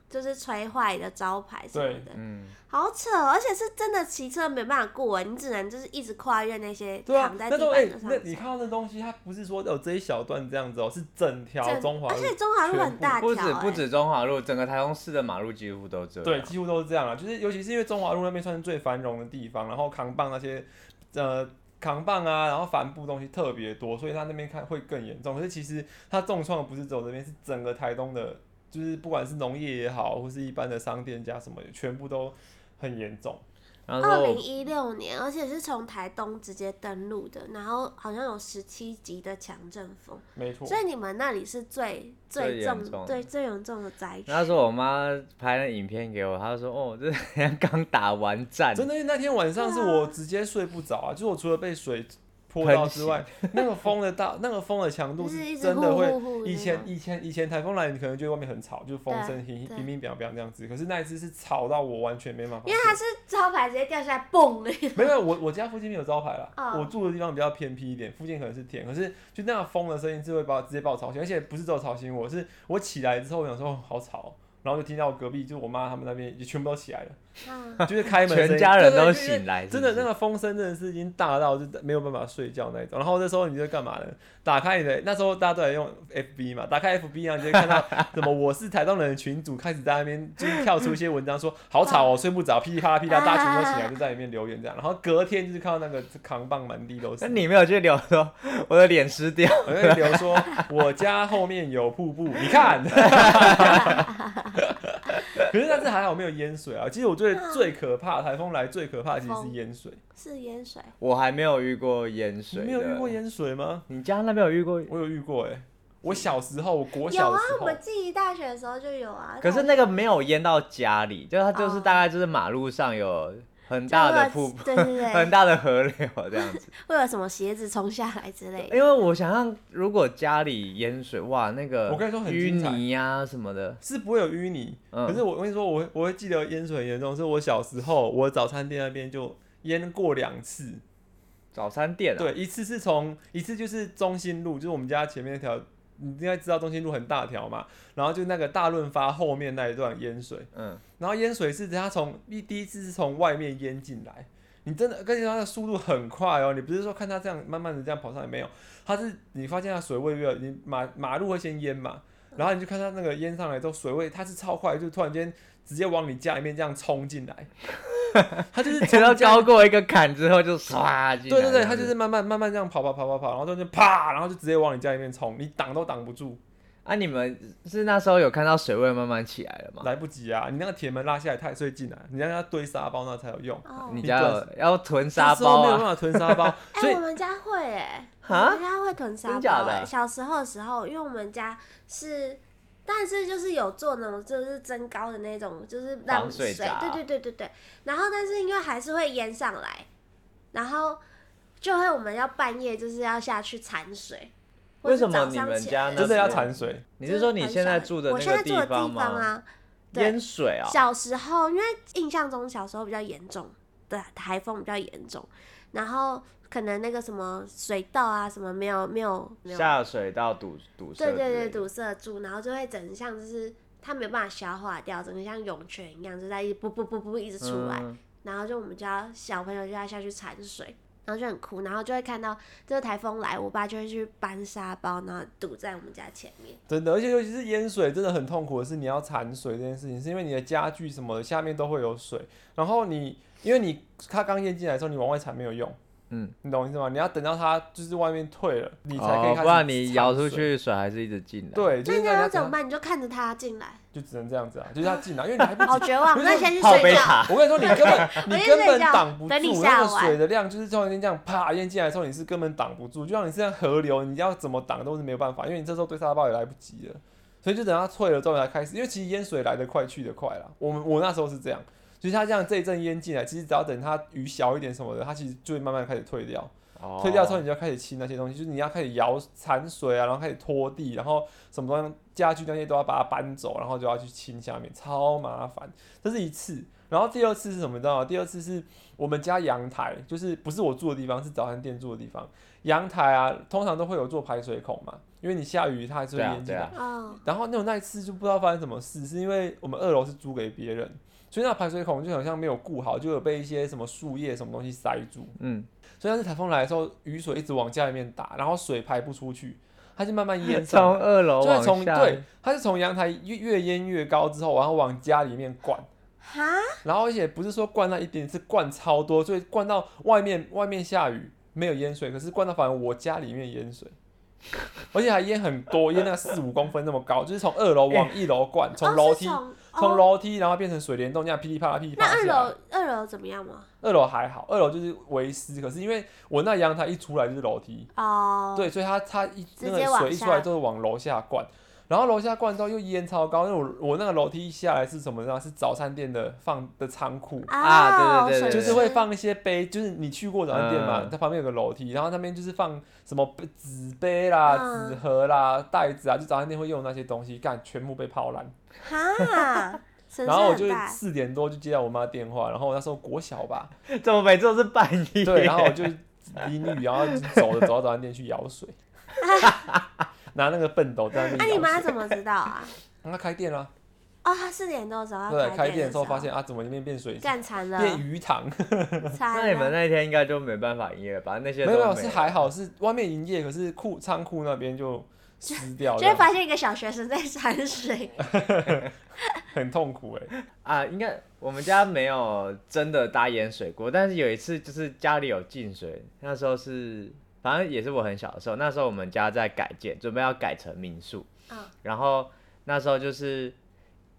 Speaker 3: 就是吹坏的招牌什么
Speaker 1: 对
Speaker 3: 的，
Speaker 2: 嗯，
Speaker 3: 好扯，哦而且是真的骑车没办法过哎，你只能就是一直跨越那些
Speaker 1: 对啊
Speaker 3: 躺，在
Speaker 1: 那
Speaker 3: 地
Speaker 1: 种哎、
Speaker 3: 板的上
Speaker 1: 那
Speaker 3: 面。
Speaker 1: 你看到那东西，它不是说有这一小段这样子哦，是整条
Speaker 3: 正
Speaker 1: 中华
Speaker 3: 而
Speaker 1: 路，
Speaker 3: 且中华路很大条、
Speaker 2: 不
Speaker 3: 欸，
Speaker 2: 止不止中华路，整个台中市的马路几乎都这样。
Speaker 1: 对，几乎都是这样啊。就是尤其是因为中华路那边算是最繁荣的地方，然后扛棒那些呃扛棒啊，然后帆布东西特别多，所以它那边看会更严重。可是其实它重创的不是只有这边，是整个台东的，就是不管是农业也好，或是一般的商店家什么的，全部都很严重。
Speaker 2: 然后
Speaker 3: 二
Speaker 2: 说
Speaker 3: 零
Speaker 2: 我
Speaker 3: 一六年，而且是从台东直接登陆的，然后好像有十七级的强阵风，
Speaker 1: 没错，
Speaker 3: 所以你们那里是最
Speaker 2: 最
Speaker 3: 最
Speaker 2: 严
Speaker 3: 重、
Speaker 2: 重
Speaker 3: 最最严重的灾区。
Speaker 2: 那时候我妈拍了影片给我，她说：“哦，这 [LAUGHS] 刚打完战，
Speaker 1: 真的那天晚上是
Speaker 3: 对啊
Speaker 1: 我直接睡不着啊，就是我除了被水泼到之外，那个风的大，那个风的强度
Speaker 3: 就是一直
Speaker 1: 真的
Speaker 3: 呼
Speaker 1: 会
Speaker 3: 呼呼的那
Speaker 1: 以前
Speaker 3: 种
Speaker 1: 以前以前台风来，你可能觉得外面很吵，就是风
Speaker 3: 对
Speaker 1: 声乒
Speaker 3: 对
Speaker 1: 乒乒乓乓这样子。可是那一次是吵到我完全没办法睡。
Speaker 3: 因为它是招牌直接掉下来，嘣的那种。
Speaker 1: 没有，我我家附近没有招牌啦。
Speaker 3: 哦
Speaker 1: 我住的地方比较偏僻一点，附近可能是田，可是就那样风的声音是会把我直接把我吵醒，而且不是只有吵醒我，是我起来之后我想说哦好吵哦，然后就听到我隔壁就我妈他们那边也全部都起来了，
Speaker 2: [LAUGHS]
Speaker 3: 嗯
Speaker 1: [LAUGHS] 就是开门声音
Speaker 2: 全家
Speaker 1: 对
Speaker 2: 人
Speaker 1: 对
Speaker 2: 都
Speaker 1: 对对
Speaker 2: 醒来。”
Speaker 1: 真的那个风声真的是已经大到就没有办法睡觉那一种。然后那时候你就干嘛呢？打开你的那时候大家都在用 FB 嘛，打开 FB 然后你就会看到什么我是台东人的群主开始在那边就是跳出一些文章说好吵哦，睡不着，噼里啪啦噼里啪啦，大家全部都醒来就在里面留言这样。然后隔天就是看到那个扛棒满地都是
Speaker 2: 那，你没有去留说我的脸湿掉？
Speaker 1: 我在留哎说我家后面有瀑
Speaker 3: [LAUGHS]
Speaker 1: 布，你看。可是那次还好没有淹水啊。其实我觉
Speaker 3: 嗯
Speaker 1: 得最可怕，台风来最可怕的其实是
Speaker 3: 风
Speaker 1: 淹水。
Speaker 3: 是淹水，
Speaker 2: 我还没有遇过淹
Speaker 1: 你
Speaker 2: 水，
Speaker 1: 没有遇过？淹水吗？
Speaker 2: 你家那边有遇过？
Speaker 1: 我有遇过哎、我小时候，我国
Speaker 3: 有
Speaker 1: 小
Speaker 3: 啊
Speaker 1: 的时，
Speaker 3: 我
Speaker 1: 候，
Speaker 3: 们自己大学的时候就有啊。
Speaker 2: 可是
Speaker 3: 大
Speaker 2: 那个没有淹到家里，就是它就是
Speaker 3: 哦
Speaker 2: 大概就是马路上有很大的瀑布，
Speaker 3: 对对对
Speaker 2: 很大的河流这样子。
Speaker 3: 会有什么鞋子冲下来之类的。
Speaker 2: 因为我想象如果家里淹水，哇，那个
Speaker 1: 我跟你说很精
Speaker 2: 淤
Speaker 1: 彩
Speaker 2: 泥啊什么的，
Speaker 1: 是不会有淤泥。
Speaker 2: 嗯
Speaker 1: 可是我跟你说，我会我会记得淹水很严重，是我小时候，我早餐店那边就淹过两次。
Speaker 2: 早餐店啊，
Speaker 1: 对，一次是从一次就是中心路，就是我们家前面那条，你应该知道中心路很大条嘛，然后就那个大润发后面那一段淹水。
Speaker 2: 嗯，
Speaker 1: 然后淹水是它从一第一次是从外面淹进来，你真的跟你说它的速度很快哦，你不是说看它这样慢慢的这样跑上来没有，它是你发现它水位越你马马路会先淹嘛，然后你就看它那个淹上来之后水位它是超快，就突然间直接往你家里面这样冲进
Speaker 2: [LAUGHS]
Speaker 1: 来，它就是
Speaker 2: 然
Speaker 1: 冲
Speaker 2: [LAUGHS] 后
Speaker 1: 进来
Speaker 2: 高过一个坎之后就唰进来。
Speaker 1: 对对对，它就是慢慢慢慢这样跑跑跑跑跑，然后中间啪，然后就直接往你家里面冲，你挡都挡不住，
Speaker 2: 啊，你们是那时候有看到水位慢慢起来了吗？
Speaker 1: 来不及啊！你那个铁门拉下来，太岁进来，你让它堆沙包那才有用。
Speaker 3: 哦
Speaker 2: 你
Speaker 1: 你
Speaker 2: 家
Speaker 1: 对
Speaker 2: 有要囤
Speaker 1: 那
Speaker 2: [LAUGHS] 沙
Speaker 1: 时候
Speaker 2: 包
Speaker 1: 没有
Speaker 2: 啊
Speaker 1: 办？法吞沙
Speaker 2: [LAUGHS]
Speaker 1: 包，
Speaker 3: 哎、
Speaker 1: 所以
Speaker 3: 我们家会哎、
Speaker 2: 啊
Speaker 3: 我们家会囤沙
Speaker 2: 真假
Speaker 3: 包、
Speaker 2: 的
Speaker 3: 哎小时候的时候，因为我们家是，但是就是有做那种就是增高的那种，就是让
Speaker 2: 防水闸
Speaker 3: 对对对对对。然后，但是因为还是会淹上来，然后就会我们要半夜就是要下去铲水。或
Speaker 2: 为
Speaker 3: 是
Speaker 2: 什么
Speaker 3: 早
Speaker 2: 你
Speaker 3: 上
Speaker 2: 们
Speaker 3: 起
Speaker 2: 家
Speaker 3: 来
Speaker 2: 那
Speaker 1: 真的要
Speaker 2: 时候
Speaker 1: 铲水。
Speaker 2: 你
Speaker 3: 就是
Speaker 2: 说你
Speaker 3: 很
Speaker 2: 现
Speaker 3: 小
Speaker 2: 在
Speaker 3: 的
Speaker 2: 住的
Speaker 3: 我
Speaker 2: 那
Speaker 3: 现在
Speaker 2: 个
Speaker 3: 住的地
Speaker 2: 方
Speaker 3: 方
Speaker 2: 吗？
Speaker 3: 啊，对
Speaker 2: 淹水啊？
Speaker 3: 小时候，因为印象中小时候比较严重，对台风比较严重，然后可能那个什么水道啊什么没有没有没有，
Speaker 2: 下水道堵堵塞之
Speaker 3: 对
Speaker 2: 类的，
Speaker 3: 对对，堵塞住，然后就会整像就是它没有办法消化掉，整个像涌泉一样，就在一不不不不一直出来，
Speaker 2: 嗯
Speaker 3: 然后就我们就要小朋友就要下去铲水。然后就很哭，然后就会看到这个台风来，我爸就会去搬沙包，然后堵在我们家前面。
Speaker 1: 真的，而且尤其是淹水，真的很痛苦的是你要铲水这件事情，是因为你的家具什么的下面都会有水，然后你因为你它刚淹进来的时候，你往外铲没有用，
Speaker 2: 嗯，
Speaker 1: 你懂我意思吗？你要等到它就是外面退了，你才可以
Speaker 2: 哦
Speaker 1: 开始、，
Speaker 2: 不然你摇出，去水还是一直进来。，
Speaker 1: 对，就
Speaker 3: 那
Speaker 1: 是
Speaker 3: 你
Speaker 1: 那
Speaker 3: 要
Speaker 1: 要
Speaker 3: 怎么
Speaker 1: 等它
Speaker 3: 办？你就看着他进来，
Speaker 1: 就只能这样子啊，就是它进来，因为你还
Speaker 3: [LAUGHS]
Speaker 1: 不
Speaker 3: 好绝望。哦那先去
Speaker 2: 泡
Speaker 3: 睡
Speaker 2: 杯
Speaker 3: 觉。
Speaker 2: 茶，
Speaker 1: 我跟你说，你根本
Speaker 3: 我
Speaker 1: 你
Speaker 3: 先
Speaker 1: 根
Speaker 3: 睡
Speaker 1: 本
Speaker 3: 觉
Speaker 1: 挡不
Speaker 3: 等你
Speaker 1: 住
Speaker 3: 下
Speaker 1: 那个
Speaker 3: 完
Speaker 1: 水的量，就是突然间这样啪淹进来的时候，你是根本挡不住，就像你这样河流，你要怎么挡都是没有办法，因为你这时候对沙包也来不及了，所以就等它退了之后才开始，因为其实淹水来得快去得快啦。我们我那时候是这样，就是它这样这一阵淹进来，其实只要等它雨小一点什么的，它其实就会慢慢开始退掉。
Speaker 2: 哦
Speaker 1: 退掉之后，你就要开始清那些东西，就是你要开始摇铲水啊，然后开始拖地，然后什么东西家具那些都要把它搬走，然后就要去清下面，超麻烦。这是一次，然后第二次是什么？你知道吗？第二次是我们家阳台，就是不是我住的地方，是早餐店住的地方。阳台啊，通常都会有做排水孔嘛，因为你下雨它还是会
Speaker 2: 对啊
Speaker 1: 淹进
Speaker 2: 对
Speaker 1: 来。
Speaker 2: 啊，
Speaker 3: 哦，
Speaker 1: 然后那种那一次就不知道发生什么事，是因为我们二楼是租给别人，所以那排水孔就好像没有顾好，就有被一些什么树叶什么东西塞住。
Speaker 2: 嗯，
Speaker 1: 所以那次台风来的时候，雨水一直往家里面打，然后水排不出去，它就慢慢淹上
Speaker 2: [LAUGHS] 从
Speaker 1: 来。
Speaker 2: 二楼
Speaker 1: 就是
Speaker 2: 往
Speaker 1: 从
Speaker 2: 下，
Speaker 1: 对，它是从阳台越越淹越高之后，然后往家里面灌，
Speaker 3: 哈，
Speaker 1: 然后而且不是说灌那一点，是灌超多，所以灌到外面，外面下雨没有淹水，可是灌到反正我家里面淹水， [LAUGHS] 而且还淹很多，淹到四五公分那么高，就是从二楼往
Speaker 2: 哎
Speaker 1: 一楼灌，从
Speaker 3: 哦
Speaker 1: 楼
Speaker 3: 是
Speaker 1: 梯，
Speaker 3: 从
Speaker 1: 从
Speaker 3: 哦
Speaker 1: 楼梯然后变成水帘洞这样噼里啪啦噼里啪
Speaker 3: 那
Speaker 1: 啦
Speaker 3: 二
Speaker 1: 下来。
Speaker 3: 楼二楼怎么样嘛？
Speaker 1: 二楼还好，二楼就是为湿，可是因为我那阳台一出来就是楼梯，
Speaker 3: 哦，
Speaker 1: 对，所以它它一
Speaker 3: 直
Speaker 1: 那
Speaker 3: 接
Speaker 1: 个
Speaker 3: 往
Speaker 1: 水一出
Speaker 3: 下
Speaker 1: 来就是往楼下灌，然后楼下灌之后又淹超高，因为我我那个楼梯下来是什么呢？是早餐店的放的仓库，
Speaker 2: 啊对对对
Speaker 3: 哦
Speaker 1: 就
Speaker 2: 对
Speaker 1: 是会放一些杯，就是你去过早餐店嘛，
Speaker 2: 嗯
Speaker 1: 它旁边有个楼梯，然后那边就是放什么杯纸杯啦、
Speaker 3: 嗯
Speaker 1: 纸盒啦、袋子啊，就早餐店会用的那些东西，干全部被泡烂。 [LAUGHS]
Speaker 3: 哈，损失
Speaker 1: 然后我
Speaker 3: 很
Speaker 1: 就
Speaker 3: 大。
Speaker 1: 四点多就接到我妈电话，然后我那时候国小吧，
Speaker 2: 怎么每次都是半夜？
Speaker 1: 对，
Speaker 3: 哎
Speaker 1: 然后我就淋雨，然后就走着走到早餐店去舀水，拿那个笨斗在那
Speaker 3: 那
Speaker 1: 边
Speaker 3: 你
Speaker 1: 舀水。
Speaker 3: 妈怎么知道啊？
Speaker 1: 他开店啦、
Speaker 3: 啊，她四点多的时候，
Speaker 1: 对，
Speaker 3: 她
Speaker 1: 开
Speaker 3: 店
Speaker 1: 店的时候发现啊，怎么里面变水，
Speaker 3: 干惨了，
Speaker 1: 变鱼塘？
Speaker 3: 惨了。
Speaker 2: 那你们那一天应该就没办法营业了吧？那些
Speaker 1: 没有
Speaker 2: 都
Speaker 1: 没有，是
Speaker 2: 了
Speaker 1: 还好是外面营业，可是库仓库那边就湿掉
Speaker 3: 就会
Speaker 1: 了，
Speaker 3: 发现一个小学生在玩水，
Speaker 1: 很痛苦哎、
Speaker 2: 啊，应该我们家没有真的搭盐水过，但是有一次就是家里有进水，那时候是反正也是我很小的时候，那时候我们家在改建，准备要改成民宿，
Speaker 3: 啊
Speaker 2: 然后那时候就是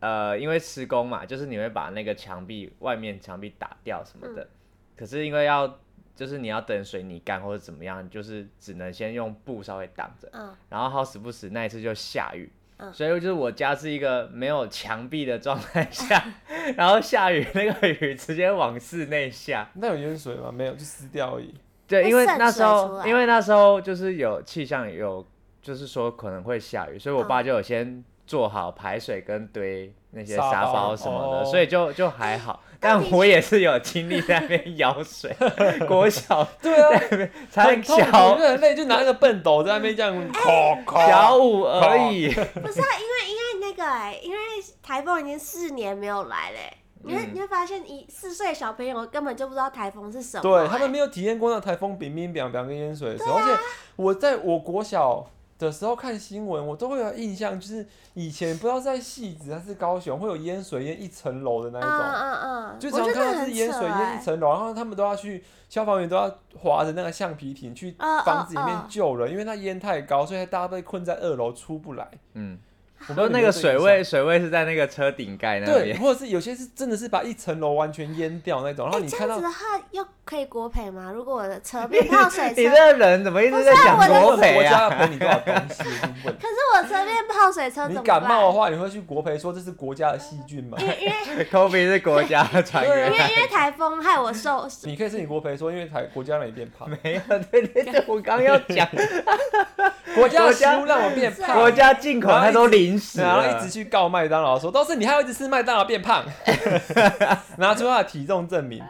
Speaker 2: 呃，因为施工嘛，就是你会把那个墙壁外面墙壁打掉什么的，可是因为要就是你要等水泥干或者怎么样，就是只能先用布稍微挡着。
Speaker 3: 嗯，
Speaker 2: 然后好死不死那一次就下雨，
Speaker 3: 嗯
Speaker 2: 所以就是我家是一个没有墙壁的状态下， [LAUGHS] 然后下雨那个雨直接往室内下。
Speaker 1: 那有淹水吗？没有，就湿掉而已。
Speaker 2: 对，
Speaker 3: 会
Speaker 2: 因为
Speaker 3: 渗
Speaker 2: 那
Speaker 3: 水
Speaker 2: 时
Speaker 3: 出
Speaker 2: 候
Speaker 3: 来
Speaker 2: 因为那时候就是有气象有就是说可能会下雨，所以我爸
Speaker 3: 嗯
Speaker 2: 就有先做好排水跟堆那些
Speaker 1: 沙
Speaker 2: 沙
Speaker 1: 包
Speaker 2: 包什么的，
Speaker 1: 哦
Speaker 2: 所以就就还好。
Speaker 3: 哎到
Speaker 2: 但
Speaker 3: 底
Speaker 2: 我也是有经历在那边舀
Speaker 3: [LAUGHS]
Speaker 2: 水， [LAUGHS] 国小
Speaker 1: 对啊，
Speaker 2: 才
Speaker 1: 很痛苦，
Speaker 2: 小
Speaker 1: 就很累，就拿那个笨斗在那边这样敲
Speaker 2: 小
Speaker 1: 敲。
Speaker 2: 五而已。
Speaker 3: 不是啊，因为因为那个哎、因为台风已经四年没有来嘞、你会、
Speaker 2: 嗯
Speaker 3: 你会发现一四岁的小朋友根本就不知道台风是什么、
Speaker 1: 对他
Speaker 3: 哎
Speaker 1: 们没有体验过那台风冰冰凉凉跟淹水的时候，而且我在我国小的时候看新闻，我都会有印象，就是以前不知道是在戏子还是高雄会有淹水淹一层楼的那一
Speaker 3: 嗯
Speaker 1: 种。
Speaker 3: 嗯嗯，
Speaker 1: 就
Speaker 3: 我
Speaker 1: 常
Speaker 3: 觉得
Speaker 1: 看到
Speaker 3: 很
Speaker 1: 是淹
Speaker 3: 扯
Speaker 1: 水淹
Speaker 3: 哎
Speaker 1: 一层楼，然后他们都要去消防员都要划着那个橡皮艇去
Speaker 3: 哦哦
Speaker 1: 房子里面
Speaker 3: 哦
Speaker 1: 救人，因为那淹太高，所以大家被困在二楼出不来。
Speaker 2: 嗯，
Speaker 1: 我
Speaker 2: 说
Speaker 1: 们
Speaker 2: 那个水位，水位是在那个车顶盖那
Speaker 1: 对，
Speaker 2: 边。
Speaker 1: 或者是有些是真的是把一层楼完全淹掉那种，然后
Speaker 3: 哎、
Speaker 1: 你
Speaker 3: 这
Speaker 1: 看到
Speaker 3: 样子的话又可以国赔吗？如果我的
Speaker 1: [LAUGHS]
Speaker 3: 车变泡水
Speaker 2: 你
Speaker 3: 车，
Speaker 2: 这个人怎么一啊直在想
Speaker 3: 不是啊
Speaker 2: 国
Speaker 1: 国
Speaker 2: 赔
Speaker 1: 家
Speaker 2: 啊？
Speaker 1: 要赔你多少东西，我就问。
Speaker 3: 可是我车变泡水车
Speaker 1: 你
Speaker 3: 怎么
Speaker 1: 感
Speaker 3: 办？
Speaker 1: 冒的话，你会去国赔说这是国家的细菌吗？
Speaker 3: 因为因为
Speaker 2: Kobe 是国家的船
Speaker 1: 啊
Speaker 3: 因
Speaker 2: 员，
Speaker 3: 为因为台风害我受，
Speaker 1: [LAUGHS]
Speaker 3: 受
Speaker 1: [LAUGHS] 你可以申请国赔说，因为台国家让你变胖，
Speaker 2: 没有，对对对，我刚要讲
Speaker 1: 国家的
Speaker 2: 国
Speaker 1: 食
Speaker 2: 家
Speaker 1: 物让我变
Speaker 3: 啊
Speaker 1: 胖，
Speaker 2: 国家进口它都零食
Speaker 1: 然后
Speaker 2: 了
Speaker 1: 一直去告麦当劳说，都是你害我一直吃麦当劳变胖， [LAUGHS] 拿出他的体重证明，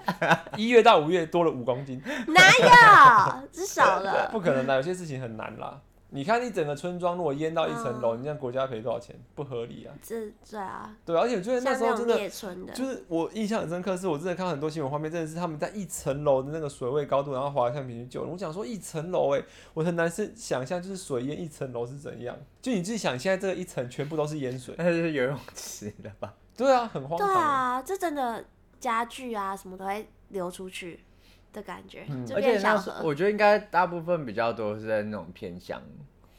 Speaker 1: 一月到五月多了五公斤，
Speaker 3: 哪有？是少了。
Speaker 1: 不可能的，有些事情很难啦。你看，你整个村庄如果淹到一层楼，
Speaker 3: 嗯
Speaker 1: 你这样国家赔多少钱？不合理啊！
Speaker 3: 这对啊，
Speaker 1: 对，而且我觉得那
Speaker 3: 像
Speaker 1: 时候
Speaker 3: 种
Speaker 1: 真的，
Speaker 3: 裂村的，
Speaker 1: 就是我印象很深刻，是我真的看到很多新闻画面，真的是他们在一层楼的那个水位高度，然后滑向平均救人。我想说，一层楼，哎，我很难是想象，就是水淹一层楼是怎样。就你自己想，现在这一层全部都是淹水，
Speaker 2: 那就是游泳池的吧？
Speaker 1: 对啊，很荒
Speaker 3: 对
Speaker 1: 唐欸。
Speaker 3: 啊，这真的家具啊什么都会流出去的感觉，
Speaker 1: 嗯
Speaker 3: 就
Speaker 2: 而且
Speaker 3: 变
Speaker 2: 那
Speaker 3: 小
Speaker 2: 时候
Speaker 3: 河。
Speaker 2: 我觉得应该大部分比较多是在那种偏乡、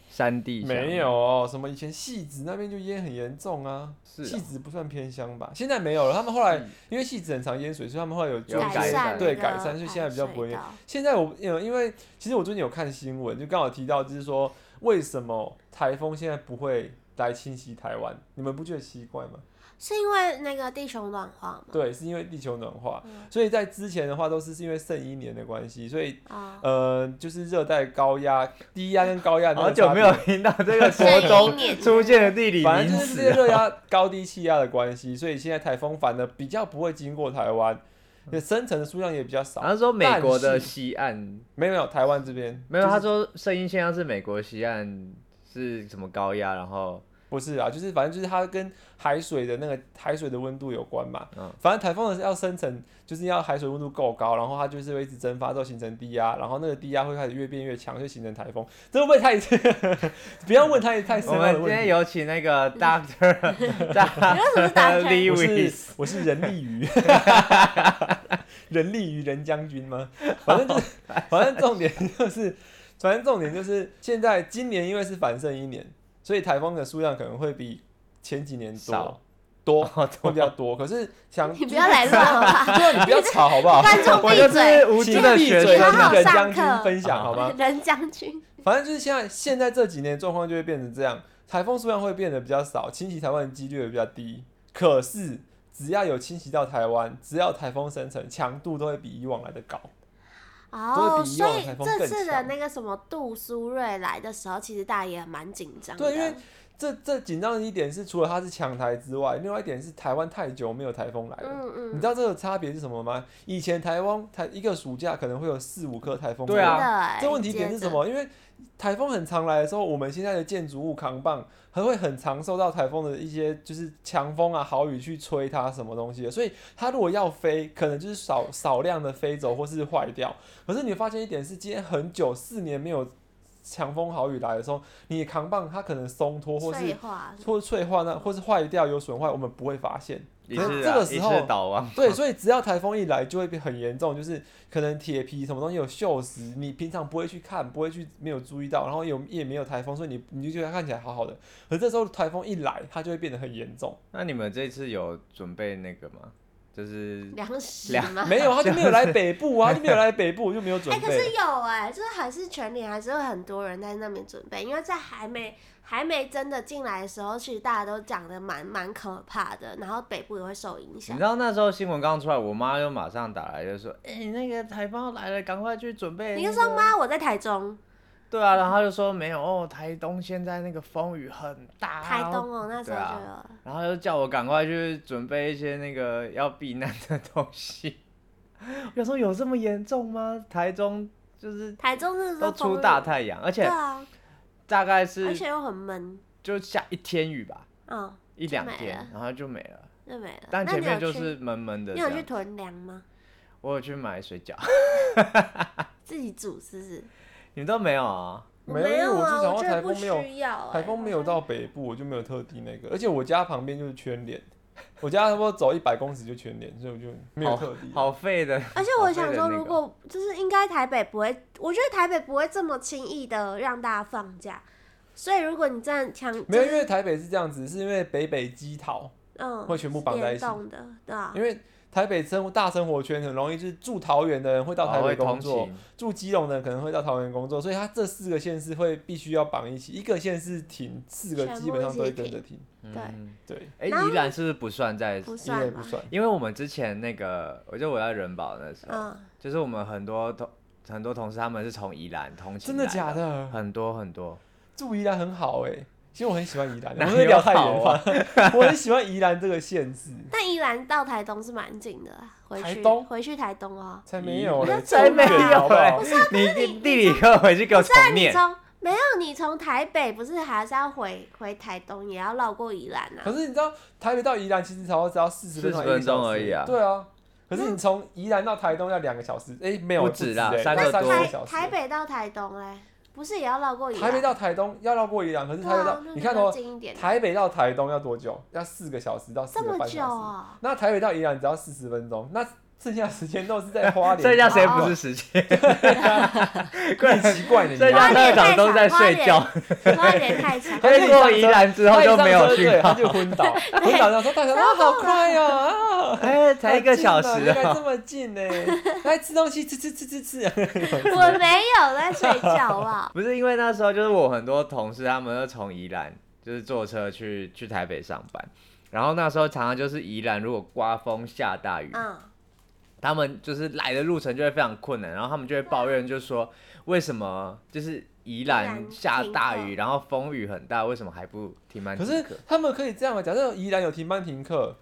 Speaker 2: 山地。
Speaker 1: 没，有什么以前戏子那边就淹很严重啊，
Speaker 2: 是
Speaker 1: 戏、
Speaker 2: 啊
Speaker 1: 子不算偏乡吧？现在没有了，他们后来、因为戏子很常淹水，所以他们后来有做
Speaker 2: 有改
Speaker 3: 改
Speaker 2: 善
Speaker 3: 善
Speaker 1: 对
Speaker 3: 那
Speaker 1: 改
Speaker 3: 个
Speaker 1: 善，所以现在比较
Speaker 3: 排
Speaker 1: 不会
Speaker 3: 水
Speaker 1: 淹。
Speaker 3: 道
Speaker 1: 现在我呃，因为其实我最近有看新闻，就刚好提到就是说为什么台风现在不会来侵袭台湾，你们不觉得奇怪吗？
Speaker 3: 是因为那个地球暖化吗？
Speaker 1: 对，是因为地球暖化，
Speaker 3: 嗯
Speaker 1: 所以在之前的话都是是因为圣一年的关系，所以 [LAUGHS]
Speaker 3: 啊，
Speaker 1: 呃，就是热带高压、低压跟高压那个
Speaker 2: 好久
Speaker 1: 差
Speaker 2: 没
Speaker 1: 别
Speaker 2: 有听到这个国
Speaker 3: 圣
Speaker 2: 中
Speaker 3: 婴年
Speaker 2: 出现的地理
Speaker 1: 反
Speaker 2: 名
Speaker 1: 正就是
Speaker 2: 词
Speaker 1: 这
Speaker 2: 啊。
Speaker 1: 热压高低气压的关系，所以现在台风反而比较不会经过台湾，
Speaker 2: 嗯
Speaker 1: 也生成的数量也比较少
Speaker 2: 好。像说美国的
Speaker 1: 但是
Speaker 2: 西岸
Speaker 1: 没有没有，台湾这边
Speaker 2: 没有，
Speaker 1: 就是
Speaker 2: 他说声音现象是美国西岸是什么高压，然后
Speaker 1: 不是啊，就是反正就是它跟海水的那个海水的温度有关嘛。
Speaker 2: 嗯
Speaker 1: 反正台风的要生成，就是要海水温度够高，然后它就是会一直蒸发，之后形成低压，然后那个低压会开始越变越强，就形成台风。这会不会太 [LAUGHS] 不要问太太深
Speaker 2: 我
Speaker 1: 奥
Speaker 2: 们
Speaker 1: 的
Speaker 2: 今天
Speaker 1: 问题？
Speaker 2: 有请那个 Doctor
Speaker 3: [LAUGHS] 你为什么
Speaker 1: [LAUGHS]
Speaker 3: 是大
Speaker 1: 我
Speaker 2: Lee [LAUGHS]
Speaker 3: 圈？
Speaker 1: 是
Speaker 2: Lewis，
Speaker 1: 我是人力
Speaker 2: [LAUGHS]
Speaker 1: 鱼，人力鱼人将军吗？反
Speaker 2: [LAUGHS]
Speaker 1: 正就是，反正重点就是，反正重点就是，现在今年因为是反胜一年，所以台风的数量可能会比前几年
Speaker 2: 少哦
Speaker 1: 多多会比较多。可是想
Speaker 3: 你不要来乱了吧，
Speaker 1: [LAUGHS] 对，啊你不
Speaker 3: [LAUGHS]
Speaker 1: 要吵好不好？
Speaker 3: 观众
Speaker 2: 我
Speaker 3: 闭
Speaker 2: 就是
Speaker 3: 嘴，
Speaker 2: [LAUGHS] 无知
Speaker 1: 请
Speaker 2: 的
Speaker 1: 闭
Speaker 2: 学
Speaker 1: 嘴，
Speaker 3: 好
Speaker 2: 生
Speaker 3: 好
Speaker 1: 听
Speaker 2: 啊。
Speaker 1: 人将
Speaker 3: 上
Speaker 1: 军
Speaker 3: 课
Speaker 1: 分享好吗？
Speaker 3: 人将军，
Speaker 1: 反正就是现在现在这几年状况就会变成这样，台风数量会变得比较少，侵袭台湾的几率也比较低。可是只要有侵袭到台湾，只要台风生成，强度都会比以往来的高。
Speaker 3: 哦，
Speaker 1: 比以
Speaker 3: 所
Speaker 1: 往的
Speaker 3: 以
Speaker 1: 台风
Speaker 3: 这
Speaker 1: 更
Speaker 3: 次的
Speaker 1: 强
Speaker 3: 那个什么杜苏芮来的时候，其实大家也蛮紧张的。
Speaker 1: 对因为这这紧张的一点是，除了它是强台之外，另外一点是台湾太久没有台风来了。
Speaker 3: 嗯嗯，
Speaker 1: 你知道这个差别是什么吗？以前台湾台一个暑假可能会有四五颗台风过
Speaker 2: 对
Speaker 1: 来，
Speaker 2: 啊
Speaker 3: 真的欸
Speaker 1: 这问题点是
Speaker 3: 接着
Speaker 1: 什么？因为台风很常来的时候，我们现在的建筑物扛棒还会很常受到台风的一些就是强风啊、豪雨去吹它什么东西的，所以它如果要飞，可能就是少少量的飞走或是坏掉。可是你发现一点是，今天很久四年没有强风豪雨来的时候，你扛棒它可能松脱或
Speaker 3: 废
Speaker 1: 是
Speaker 3: 话
Speaker 1: 或是脆化那或是坏掉有损坏，我们不会发现。
Speaker 2: 一
Speaker 1: 可是
Speaker 2: 次
Speaker 1: 这
Speaker 2: 啊，
Speaker 1: 个
Speaker 2: 一
Speaker 1: 时候
Speaker 2: 次倒
Speaker 3: [LAUGHS]
Speaker 2: 亡。
Speaker 1: 对，所以只要台风一来，就会变很严重，就是可能铁皮什么东西有锈蚀，你平常不会去看，不会去没有注意到，然后有也没有台风，所以你你就觉得它看起来好好的，可是这时候台风一来，它就会变得很严重。
Speaker 2: 那你们这次有准备那个吗？就是
Speaker 3: 粮食
Speaker 2: 粮
Speaker 3: 吗？
Speaker 1: 没有，它就没有来北部啊，它就没有来北部，就没有准
Speaker 3: 啊哎、可是
Speaker 1: 备。
Speaker 3: 有哎、就是还是全年还是会很多人在那边准备，因为在还没还没真的进来的时候，其实大家都讲的蛮蛮可怕的，然后北部也会受影
Speaker 2: 你
Speaker 3: 响
Speaker 2: 知。道那时候新闻刚出来，我妈就马上打来就说：“哎、那个台风要来了，赶快去准备、
Speaker 3: 你就说？妈，我在台中，
Speaker 2: 对啊，然后她就说没有哦，台东现在那个风雨很大。
Speaker 3: 台
Speaker 2: 然后
Speaker 3: 东哦，那时
Speaker 2: 对
Speaker 3: 候
Speaker 2: 啊
Speaker 3: 就有了。
Speaker 2: 然后就叫我赶快去准备一些那个要避难的东西。 [LAUGHS] 有时候有这么严重吗？台中就是
Speaker 3: 台中那时候
Speaker 2: 都出
Speaker 3: 风
Speaker 2: 大
Speaker 3: 雨
Speaker 2: 太阳，而
Speaker 3: 对
Speaker 2: 且
Speaker 3: 啊，
Speaker 2: 大概
Speaker 3: 而
Speaker 2: 是
Speaker 3: 且又很闷，
Speaker 2: 就下一天雨吧，
Speaker 3: 嗯，
Speaker 2: 一两
Speaker 3: 没
Speaker 2: 天
Speaker 3: 了，
Speaker 2: 然后就没了。
Speaker 3: 那没了。
Speaker 2: 但
Speaker 3: 那
Speaker 2: 前
Speaker 3: 你有
Speaker 2: 面就
Speaker 3: 去
Speaker 2: 是闷闷的
Speaker 3: 你
Speaker 2: 这
Speaker 3: 有去
Speaker 2: 样。
Speaker 3: 囤粮吗？
Speaker 2: 我有去买水饺， [LAUGHS]
Speaker 3: 自己煮是不是？
Speaker 2: 你们都没有啊？
Speaker 3: 我
Speaker 1: 没有因为我
Speaker 3: 啊，
Speaker 1: 就想
Speaker 3: 我
Speaker 1: 说
Speaker 3: 觉得
Speaker 1: 台
Speaker 3: 不
Speaker 1: 风没有
Speaker 3: 需要、欸，
Speaker 1: 台风没
Speaker 3: 好
Speaker 1: 有
Speaker 3: 像
Speaker 1: 到北部，我就没有特地那个，而且我家旁边就是全脸，我家差不多走一百公尺就全脸，所以我就没有
Speaker 2: 好
Speaker 1: 特地。
Speaker 2: 好废的。
Speaker 3: 而且
Speaker 2: 好
Speaker 3: 我
Speaker 2: 废
Speaker 3: 想
Speaker 2: 的
Speaker 3: 说，
Speaker 2: 那个
Speaker 3: 如果就是应该台北不会，我觉得台北不会这么轻易的让大家放假，所以如果你这样强，
Speaker 1: 没有，因
Speaker 3: 就是
Speaker 1: 为台北是这样子，是因为北北基桃
Speaker 3: 嗯，
Speaker 1: 会全部绑在一
Speaker 3: 联
Speaker 1: 起。
Speaker 3: 动的，对啊，
Speaker 1: 因为台北生活大生活圈很容易，就是住桃园的人会到台
Speaker 2: 哦
Speaker 1: 北
Speaker 2: 会
Speaker 1: 工
Speaker 2: 通
Speaker 1: 作，
Speaker 2: 勤
Speaker 1: 住基隆的人可能会到桃园工作，所以它这四个县市会必须要绑一起，一个县市停，四个
Speaker 3: 全部
Speaker 1: 基本上都
Speaker 3: 一
Speaker 1: 会
Speaker 3: 起停
Speaker 1: 跟着停。
Speaker 3: 对
Speaker 2: 嗯
Speaker 1: 对，
Speaker 2: 哎、
Speaker 3: 然后
Speaker 2: 宜兰是不是不算在？
Speaker 3: 不
Speaker 1: 因为
Speaker 3: 算
Speaker 1: 不
Speaker 3: 吧，
Speaker 1: 算，
Speaker 2: 因为我们之前那个，我就我在人保那时候，
Speaker 3: 嗯，
Speaker 2: 就是我们很多同很多同事，他们是从宜兰同
Speaker 3: 啊
Speaker 2: 勤
Speaker 1: 真的
Speaker 2: 来
Speaker 1: 假？的？
Speaker 2: 很多很多，
Speaker 1: 住宜兰很好哎、其实我很喜欢宜兰，我
Speaker 2: 哪
Speaker 1: 们聊
Speaker 2: 有
Speaker 1: 太远
Speaker 2: 好啊
Speaker 1: 了，我很喜欢宜兰这个县市，
Speaker 3: 但宜兰到台东是蛮近的啦，回
Speaker 1: 台
Speaker 3: 去
Speaker 1: 东
Speaker 3: 回去台东哦，
Speaker 1: 才没有
Speaker 3: 宜
Speaker 1: 嘞，
Speaker 3: 兰
Speaker 2: [LAUGHS] 才没
Speaker 1: 超远好
Speaker 2: 有
Speaker 1: 不好
Speaker 2: [LAUGHS] 哎、你地地理课回去给我重
Speaker 3: 但你
Speaker 2: 念。
Speaker 3: 从没有你从台北不是还是要回回台东，也要绕过宜兰
Speaker 1: 可
Speaker 3: 啊，
Speaker 1: 是你知道台北到宜兰其实才要只要四十分钟，
Speaker 2: 40分钟而已啊嗯
Speaker 1: 对啊。可是你从宜兰到台东要两个小时，哎、没有
Speaker 2: 不
Speaker 1: 止
Speaker 2: 止啦
Speaker 1: 欸
Speaker 2: 三
Speaker 1: 要
Speaker 2: 个
Speaker 1: 三
Speaker 2: 多
Speaker 1: 个
Speaker 3: 台
Speaker 1: 小时。
Speaker 3: 台北到台东嘞，不是也要绕过宜
Speaker 1: 台
Speaker 3: 兰？
Speaker 1: 北到台东要绕过宜兰，可是
Speaker 3: 对
Speaker 1: 台北到、
Speaker 3: 啊，那
Speaker 1: 你
Speaker 3: 比
Speaker 1: 看
Speaker 3: 较
Speaker 1: 哦，
Speaker 3: 近一点，
Speaker 1: 台北到台东要多久？要四个小时到四
Speaker 3: 这
Speaker 1: 个
Speaker 3: 么
Speaker 1: 半
Speaker 3: 久
Speaker 1: 小时。
Speaker 3: 啊、
Speaker 1: 那台北到宜兰只要四十分钟，那剩下时间都是在花莲。
Speaker 2: 剩下谁
Speaker 3: 哦
Speaker 2: 不是时间？
Speaker 1: [LAUGHS] 怪
Speaker 2: [LAUGHS]
Speaker 1: 奇怪你。
Speaker 2: 剩下那个长都在睡觉，
Speaker 3: 花莲太长，
Speaker 1: 花莲
Speaker 2: 但是过宜兰之后就没有
Speaker 1: 他一上车
Speaker 2: 去 [LAUGHS]
Speaker 1: 对他
Speaker 2: 到。
Speaker 1: 就昏倒，昏倒然后说：“大家哇，好快哦啊！
Speaker 2: 哎、才一个小
Speaker 1: 好
Speaker 2: 时
Speaker 1: 近哦原来
Speaker 2: 啊！
Speaker 1: 这么近呢！来吃东西，吃吃吃吃吃。
Speaker 2: [LAUGHS]
Speaker 3: 我没有在睡觉啊，
Speaker 2: 不是因为那时候就是我很多同事他们都从宜兰就是坐车去去台北上班。然后那时候常常就是宜兰，如果刮风下大雨，
Speaker 3: 嗯，
Speaker 2: 他们就是来的路程就会非常困难，然后他们就会抱怨，就说为什么就是宜兰
Speaker 3: 宜兰
Speaker 2: 下大
Speaker 3: 停
Speaker 2: 雨，
Speaker 3: 课
Speaker 2: 然后风雨很大，为什么还不停班
Speaker 1: 可
Speaker 2: 停
Speaker 1: 是
Speaker 2: 课？
Speaker 1: 他们可以这样啊，假设宜兰有停班停课，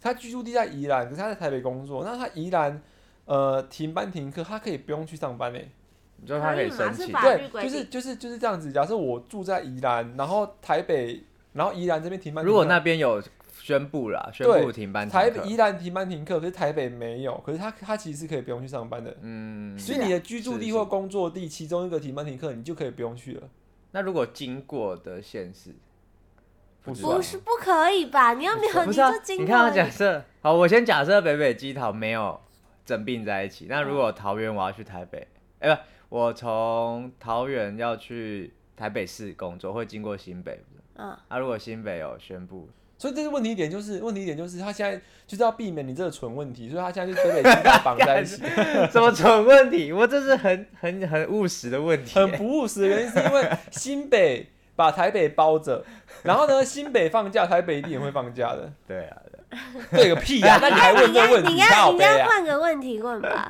Speaker 1: 他居住地在宜兰，可是他在台北工作，那他宜兰呃停班停课，他可以不用去上班诶、
Speaker 2: 你说他可以
Speaker 3: 可以嘛
Speaker 2: 申
Speaker 3: 是
Speaker 2: 请
Speaker 3: 法，律
Speaker 1: 对，
Speaker 3: 规
Speaker 1: 就是
Speaker 3: 定
Speaker 1: 就是就是这样子。假设我住在宜兰，然后台北，然后宜兰这边停班停课，
Speaker 2: 如果那边有宣布啦，宣
Speaker 1: 对
Speaker 2: 布停班停
Speaker 1: 台
Speaker 2: 课，
Speaker 1: 宜兰停班停课，可是台北没有，可是他他其实是可以不用去上班的。
Speaker 2: 嗯，
Speaker 1: 所以你的居住
Speaker 2: 是
Speaker 1: 地
Speaker 2: 是
Speaker 1: 或工作地其中一个停班停课，你就可以不用去了。
Speaker 2: 那如果经过的县市，
Speaker 1: 不
Speaker 2: 知
Speaker 1: 算
Speaker 2: 道
Speaker 3: 不是不可以吧？你又没有，
Speaker 2: 不
Speaker 3: 你
Speaker 2: 是啊
Speaker 3: 就，经
Speaker 2: 你
Speaker 3: 过
Speaker 2: 看啊，
Speaker 3: 了，
Speaker 2: 假设好，我先假设北北基桃没有整并在一起，那如
Speaker 3: 嗯
Speaker 2: 果桃园我要去台北，哎、不，我从桃园要去台北市工作，会经过新北，
Speaker 3: 嗯，
Speaker 2: 啊，如果新北有宣布， [LAUGHS]
Speaker 1: 所以这是问题点，就是问题点就是他现在就是要避免你这个蠢问题，所以他现在就跟北京大绑在一起。
Speaker 2: 什么蠢问题？我这是很很很务实的问题
Speaker 1: 很。不务实的原因是因为新北把台北包着，然后呢，新北放假，台北一定也会放假的。
Speaker 2: 对啊， [LAUGHS]
Speaker 1: 对个屁
Speaker 3: [LAUGHS]
Speaker 1: 啊！那你还问
Speaker 3: 你
Speaker 1: 这
Speaker 3: 要
Speaker 1: 问题
Speaker 3: 你，
Speaker 1: 靠
Speaker 3: 要你
Speaker 1: 北
Speaker 3: 要
Speaker 1: 啊！
Speaker 3: 换个问题问吧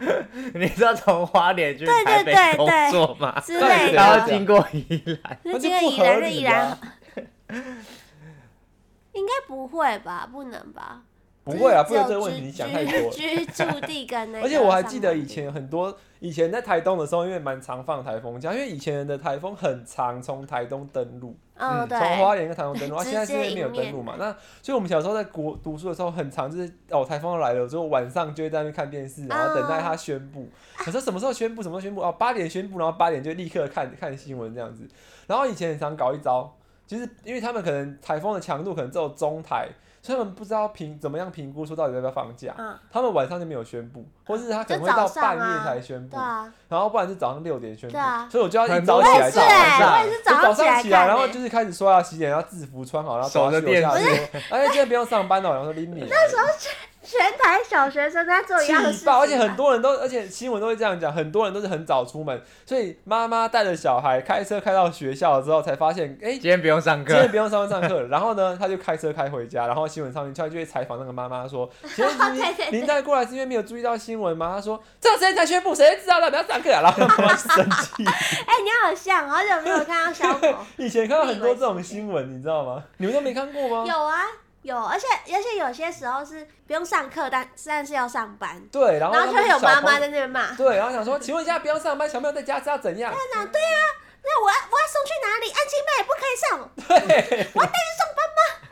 Speaker 2: 你知道从花莲去
Speaker 3: 对对
Speaker 2: 台北
Speaker 3: 对
Speaker 2: 工
Speaker 3: 对
Speaker 2: 作吗？
Speaker 3: 之
Speaker 1: 对
Speaker 3: 类
Speaker 1: 对
Speaker 2: 然后
Speaker 1: 对
Speaker 3: 的。
Speaker 2: 经过宜兰，
Speaker 1: 那
Speaker 3: 那
Speaker 1: 就
Speaker 3: 这个
Speaker 1: 不
Speaker 3: 已
Speaker 1: 合
Speaker 3: 然是
Speaker 1: 理
Speaker 3: 已
Speaker 1: 啊
Speaker 3: 然，应该不会吧？不能吧？
Speaker 1: 不会啊，
Speaker 3: 就
Speaker 1: 不
Speaker 3: 是
Speaker 1: 会
Speaker 3: 只
Speaker 1: 这个
Speaker 3: 有
Speaker 1: 问题
Speaker 3: 居
Speaker 1: 你想太多了。
Speaker 3: 居居住地跟那个，
Speaker 1: 而且我还记得以，前很多，以前在台东的时候，因为蛮常放台风假，因为以前的台风很常从台东登陆，
Speaker 3: 嗯，
Speaker 2: 嗯
Speaker 1: 从
Speaker 3: 对，
Speaker 1: 花莲跟台东登陆，
Speaker 3: [LAUGHS]
Speaker 1: 啊
Speaker 3: 直
Speaker 1: 现在是因为
Speaker 3: 接
Speaker 1: 没有
Speaker 3: 迎
Speaker 1: 登
Speaker 3: 面
Speaker 1: 陆嘛。那所以我们小时候在国读书的时候，很常就是哦台风要来了之后，晚上就会在那边看电视，
Speaker 3: 嗯
Speaker 1: 然后等待它宣布。可是什么时候宣布？什么时候宣布？哦，八点宣布，然后八点就立刻看看新闻这样子。然后以前很常搞一招，就是因为他们可能台风的强度可能只有中台，所以他们不知道评怎么样评估说到底要不要放假。
Speaker 3: 嗯，
Speaker 1: 他们晚上就没有宣布，或是他可能会
Speaker 3: 就
Speaker 1: 到
Speaker 3: 早
Speaker 1: 半
Speaker 3: 上啊
Speaker 1: 夜才宣布，
Speaker 3: 对啊，
Speaker 1: 然后不然就早上六点宣布，
Speaker 3: 对啊
Speaker 1: 所以我就要一早
Speaker 2: 很
Speaker 1: 起
Speaker 2: 多
Speaker 1: 来
Speaker 2: 人
Speaker 1: 早
Speaker 3: 是
Speaker 2: 欸
Speaker 1: 上。
Speaker 3: 我也是
Speaker 1: 就早
Speaker 3: 上
Speaker 1: 上
Speaker 3: 起
Speaker 1: 起来，
Speaker 3: 看
Speaker 1: 然后
Speaker 3: 欸
Speaker 1: 就是开始说要洗脸，要制服穿好，然后走
Speaker 2: 守
Speaker 1: 到
Speaker 2: 着
Speaker 1: 秀下
Speaker 2: 电
Speaker 1: 去。哎，今天不用上班了，然后说
Speaker 3: [LAUGHS]
Speaker 1: 林敏
Speaker 3: 全台小学生在做一样的事
Speaker 1: 气
Speaker 3: 情吧，
Speaker 1: 爆，而且很多人都，而且新闻都会这样讲，很多人都是很早出门，所以妈妈带着小孩开车开到学校之后，才发现，哎，
Speaker 2: 今天不用上
Speaker 1: 今天
Speaker 2: 课，
Speaker 1: 不用上班上课了，然后呢，他就开车开回家，然后新闻上面他就会采访那个妈妈
Speaker 3: [LAUGHS]
Speaker 1: 说：“请问
Speaker 3: 对对对
Speaker 1: 您您带过来是因为没有注意到新闻吗？”他说：“这时间才宣布，谁知道到底要上课啊？”然后
Speaker 3: [LAUGHS]
Speaker 1: 妈妈就生气。
Speaker 3: 哎、你好像好久没有看到小狗。
Speaker 1: 以前看到很多这种新闻，你知道吗？你们都没看过吗？
Speaker 3: 有啊，有，而且而且有些时候是不用上课，但但是要上班，
Speaker 1: 对，然
Speaker 3: 然
Speaker 1: 后
Speaker 3: 后就会有妈妈
Speaker 1: 的
Speaker 3: 在那边骂。
Speaker 1: [LAUGHS] 对，然后想说：“请问一下，不要上班，小朋友在家是要怎
Speaker 2: [LAUGHS]
Speaker 1: 样
Speaker 3: 啊那我要我要送去哪里？安亲班也不可以上，？”
Speaker 1: 对，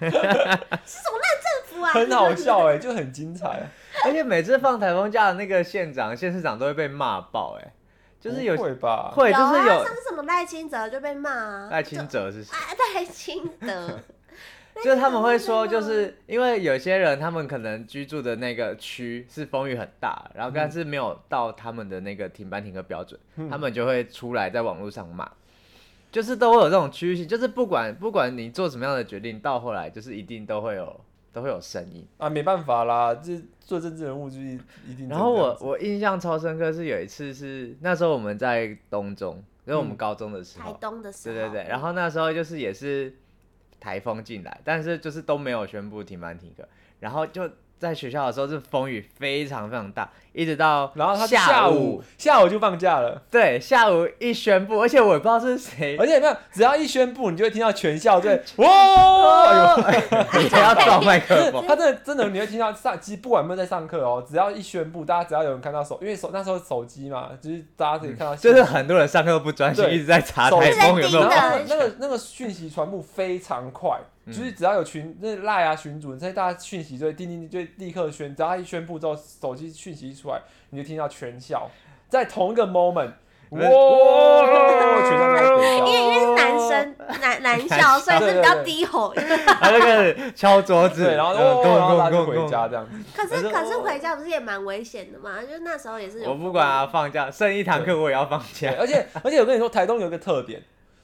Speaker 3: 是什么烂政府啊？
Speaker 1: 很好
Speaker 2: [LAUGHS]
Speaker 1: 笑哎、就很精彩。
Speaker 2: 而且每次放台风假的那个县长、县市长都会被骂爆，哎，就是有
Speaker 1: 不会吧？
Speaker 2: 会
Speaker 3: 有
Speaker 2: 就
Speaker 3: 啊，
Speaker 2: 是有
Speaker 3: 上次什么赖清德就被骂啊，
Speaker 2: 赖清德是谁？
Speaker 3: 啊 [LAUGHS] 赖清德，
Speaker 2: 就是他们会
Speaker 3: 啊
Speaker 2: 说，就是因为有些人他们可能居住的那个区是风雨很大，然后但是没有到他们的那个停班停课标准，
Speaker 1: 嗯
Speaker 2: 他们就会出来在网络上骂，就是都会有这种趋势，就是不管不管你做什么样的决定，到后来就是一定都会有都会有声音。
Speaker 1: 啊，没办法啦，这做政治人物就是一一定这个样子。
Speaker 2: 然后我我印象超深刻是有一次是那时候我们在东中，就是我们
Speaker 1: 嗯
Speaker 2: 高中的时
Speaker 3: 台
Speaker 2: 候，
Speaker 3: 东的时
Speaker 2: 对
Speaker 3: 候，
Speaker 2: 对对，然后那时候就是也是台风进来，但是就是都没有宣布停班停课，然后就在学校的时候是风雨非常非常大，一直到
Speaker 1: 然后他
Speaker 2: 下
Speaker 1: 下下午就放假了。
Speaker 2: 对下午一宣布，而且我也不知道是谁，
Speaker 1: 而且有没有，只要一宣布，你就会听到全校
Speaker 2: [LAUGHS]
Speaker 1: 对哇，
Speaker 2: 哦，
Speaker 1: [LAUGHS]
Speaker 2: 你还要撞麦克风，
Speaker 1: 他真的真的，你会听到上，其实不管有没有在上课哦，只要一宣布，大家只要有人看到手，因为手那时候手机嘛，就是大家可以看到，
Speaker 2: 嗯就是很多人上课都不专心，
Speaker 1: 对
Speaker 2: 一直在查
Speaker 1: 手
Speaker 2: 台
Speaker 1: 机
Speaker 2: 风有没有
Speaker 3: 真
Speaker 1: 然后
Speaker 3: 的
Speaker 1: 那个那个讯息传播非常快，
Speaker 2: 嗯
Speaker 1: 就是只要有群那赖啊群主，所以大家讯息就会叮叮叮就会立刻宣，只要他一宣布之后，手机讯息一出来，你就听到全校在同一个 moment，哇，全校都在尖
Speaker 3: 因为
Speaker 1: 叫
Speaker 3: 因为是男生男男校，所以是比较低吼。
Speaker 2: 他就开始敲桌子，
Speaker 1: 对，然后
Speaker 2: 呃
Speaker 1: 哦，
Speaker 2: 咚
Speaker 1: 然后
Speaker 2: 咚
Speaker 1: 大家就
Speaker 2: 咚
Speaker 1: 回
Speaker 2: 咚
Speaker 1: 家这样子。
Speaker 3: 可
Speaker 1: 可是
Speaker 3: 是可是回家不是也蛮危险的嘛？就是那时候也是
Speaker 2: 哦
Speaker 3: 有
Speaker 2: 我不管啊，放假剩一堂课我也要放假
Speaker 1: 对，。而且而且我跟你说，台东有一个特点，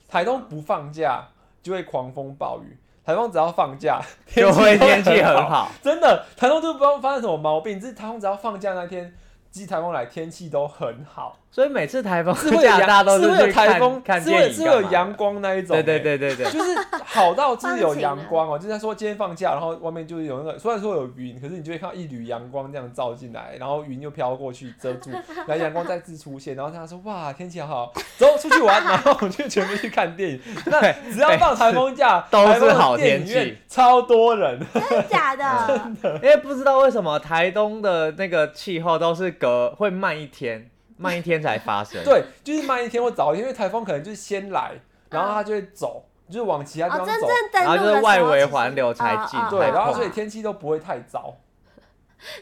Speaker 1: 台东不放假就会狂风暴雨，台东只要放假
Speaker 2: 就会
Speaker 1: 都
Speaker 2: 天气很
Speaker 1: 好，
Speaker 2: 好，
Speaker 1: 真的，
Speaker 2: [LAUGHS]
Speaker 1: 台东就不知道发生什么毛病，就是台风只要放假那天，即台风来天气都很好，
Speaker 2: 所以每次台风
Speaker 1: 是会有
Speaker 2: 假大家
Speaker 1: 阳，
Speaker 2: 都
Speaker 1: 是会
Speaker 2: 去
Speaker 1: 有台
Speaker 2: 看
Speaker 1: 风，
Speaker 2: 看
Speaker 1: 是会
Speaker 2: 电影
Speaker 1: 是会有
Speaker 2: 干嘛的
Speaker 1: 阳，光那一种、
Speaker 2: 对对
Speaker 1: 欸
Speaker 2: 对对对，
Speaker 1: 就是好到就是有阳光哦、就是他说今天放假，然后外面就是有呃那个，虽然说有云，可是你就会看到一缕阳光这样照进来，然后云又飘过去遮住，然后阳光再次出现，然后他说哇天气好好，走出去玩，然后我们就全部去看电影。那只要放台风假，
Speaker 2: [LAUGHS] 都是
Speaker 1: 台风的
Speaker 2: 好
Speaker 1: 电
Speaker 2: 天
Speaker 1: 影
Speaker 2: 气
Speaker 1: 院超多人，
Speaker 3: 真的假
Speaker 1: [LAUGHS] 嗯
Speaker 3: 的？
Speaker 2: 因为不知道为什么台东的那个气候都是隔会慢一 [LAUGHS] 天，慢一天才发生。，
Speaker 1: 对，就是慢一天或早一天，因为台风可能就是先来，然后它就会走，就是往其他地
Speaker 3: 哦，
Speaker 1: 方
Speaker 3: 真
Speaker 1: 走，
Speaker 3: 正登
Speaker 2: 然后
Speaker 3: 陆
Speaker 2: 就
Speaker 3: 的时
Speaker 2: 是
Speaker 3: 候
Speaker 2: 外围
Speaker 3: 其实
Speaker 2: 环流才进
Speaker 3: 哦哦
Speaker 1: 对，
Speaker 2: 台
Speaker 1: 然后
Speaker 2: 风
Speaker 1: 所以天气都不会太糟。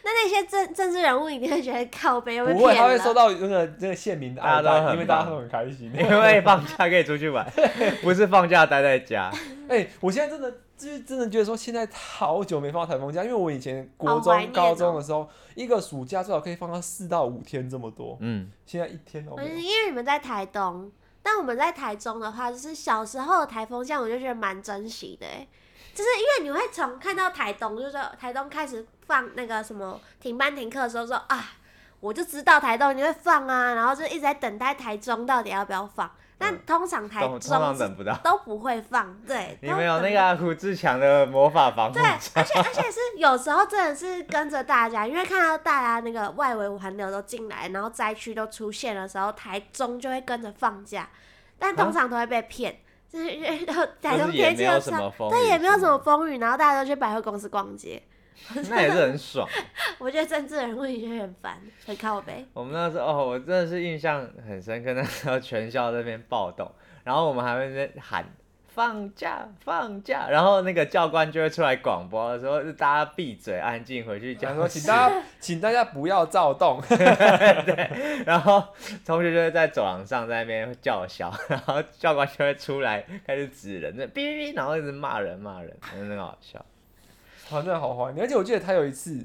Speaker 3: 那那些政政治人物一定会觉得靠背又被
Speaker 1: 不会，
Speaker 3: 骗
Speaker 1: 他会
Speaker 3: 了。
Speaker 1: 收到那个那个县民的爱
Speaker 2: 大家都
Speaker 1: 戴，
Speaker 2: 很
Speaker 1: 因为大家都很开心。
Speaker 2: [LAUGHS] 因为放假可以出去 [LAUGHS] 玩，不是放假待在家。
Speaker 1: 哎、我现在真的就是真的觉得说，现在好久没放台风假，因为我以前国
Speaker 3: 好怀
Speaker 1: 中、
Speaker 3: 念哦
Speaker 1: 高中的时候，一个暑假最好可以放到四到五天这么多，
Speaker 2: 嗯，
Speaker 1: 现在一天都
Speaker 3: 不
Speaker 1: 没
Speaker 3: 是
Speaker 1: 有。
Speaker 3: 因为你们在台东，但我们在台中的话，就是小时候的台风假，我就觉得蛮珍惜的、欸。就是因为你会从看到台东，就是台东开始放那个什么停班停课的时候说啊，我就知道台东你会放啊，然后就一直在等待台中到底要不要放。但通常台
Speaker 2: 嗯通
Speaker 3: 中
Speaker 2: 通常
Speaker 3: 是
Speaker 2: 等不到。
Speaker 3: 都不会放，对，
Speaker 2: 你
Speaker 3: 都
Speaker 2: 们有
Speaker 3: 等
Speaker 2: 那
Speaker 3: 不
Speaker 2: 个啊胡志强的魔法防护
Speaker 3: 对，而且而且是有时候真的是跟着大家，因为看到大家那个外围环流都进来，然后灾区都出现的时候，台中就会跟着放假，但通常都会被骗，就是因为都台
Speaker 2: 就
Speaker 3: 中
Speaker 2: 是也
Speaker 3: 天气
Speaker 2: 没
Speaker 3: 又
Speaker 2: 有什
Speaker 3: 差，
Speaker 2: 么风，
Speaker 3: 对，也没有什么，风雨，然后大家都去百货公司逛街，
Speaker 2: 那也是很爽。
Speaker 3: 我觉得政治人物也觉得很烦，很靠北。
Speaker 2: 我们那时候哦，我真的是印象很深刻，那时候全校在那边暴动，然后我们还会在那边喊放假放假，然后那个教官就会出来广播说是大家闭嘴安静回去
Speaker 1: 讲 [LAUGHS]
Speaker 2: 讲
Speaker 1: 说，请大
Speaker 3: [LAUGHS]
Speaker 1: 家，请大家不要躁动。 [LAUGHS]
Speaker 2: 然后同学就会在走廊上在那边叫嚣，然后教官就会出来开始指人，那哔哔哔，然后一直骂人骂人，真的很好笑
Speaker 1: 哇，真的好怀念。而且我记得他有一次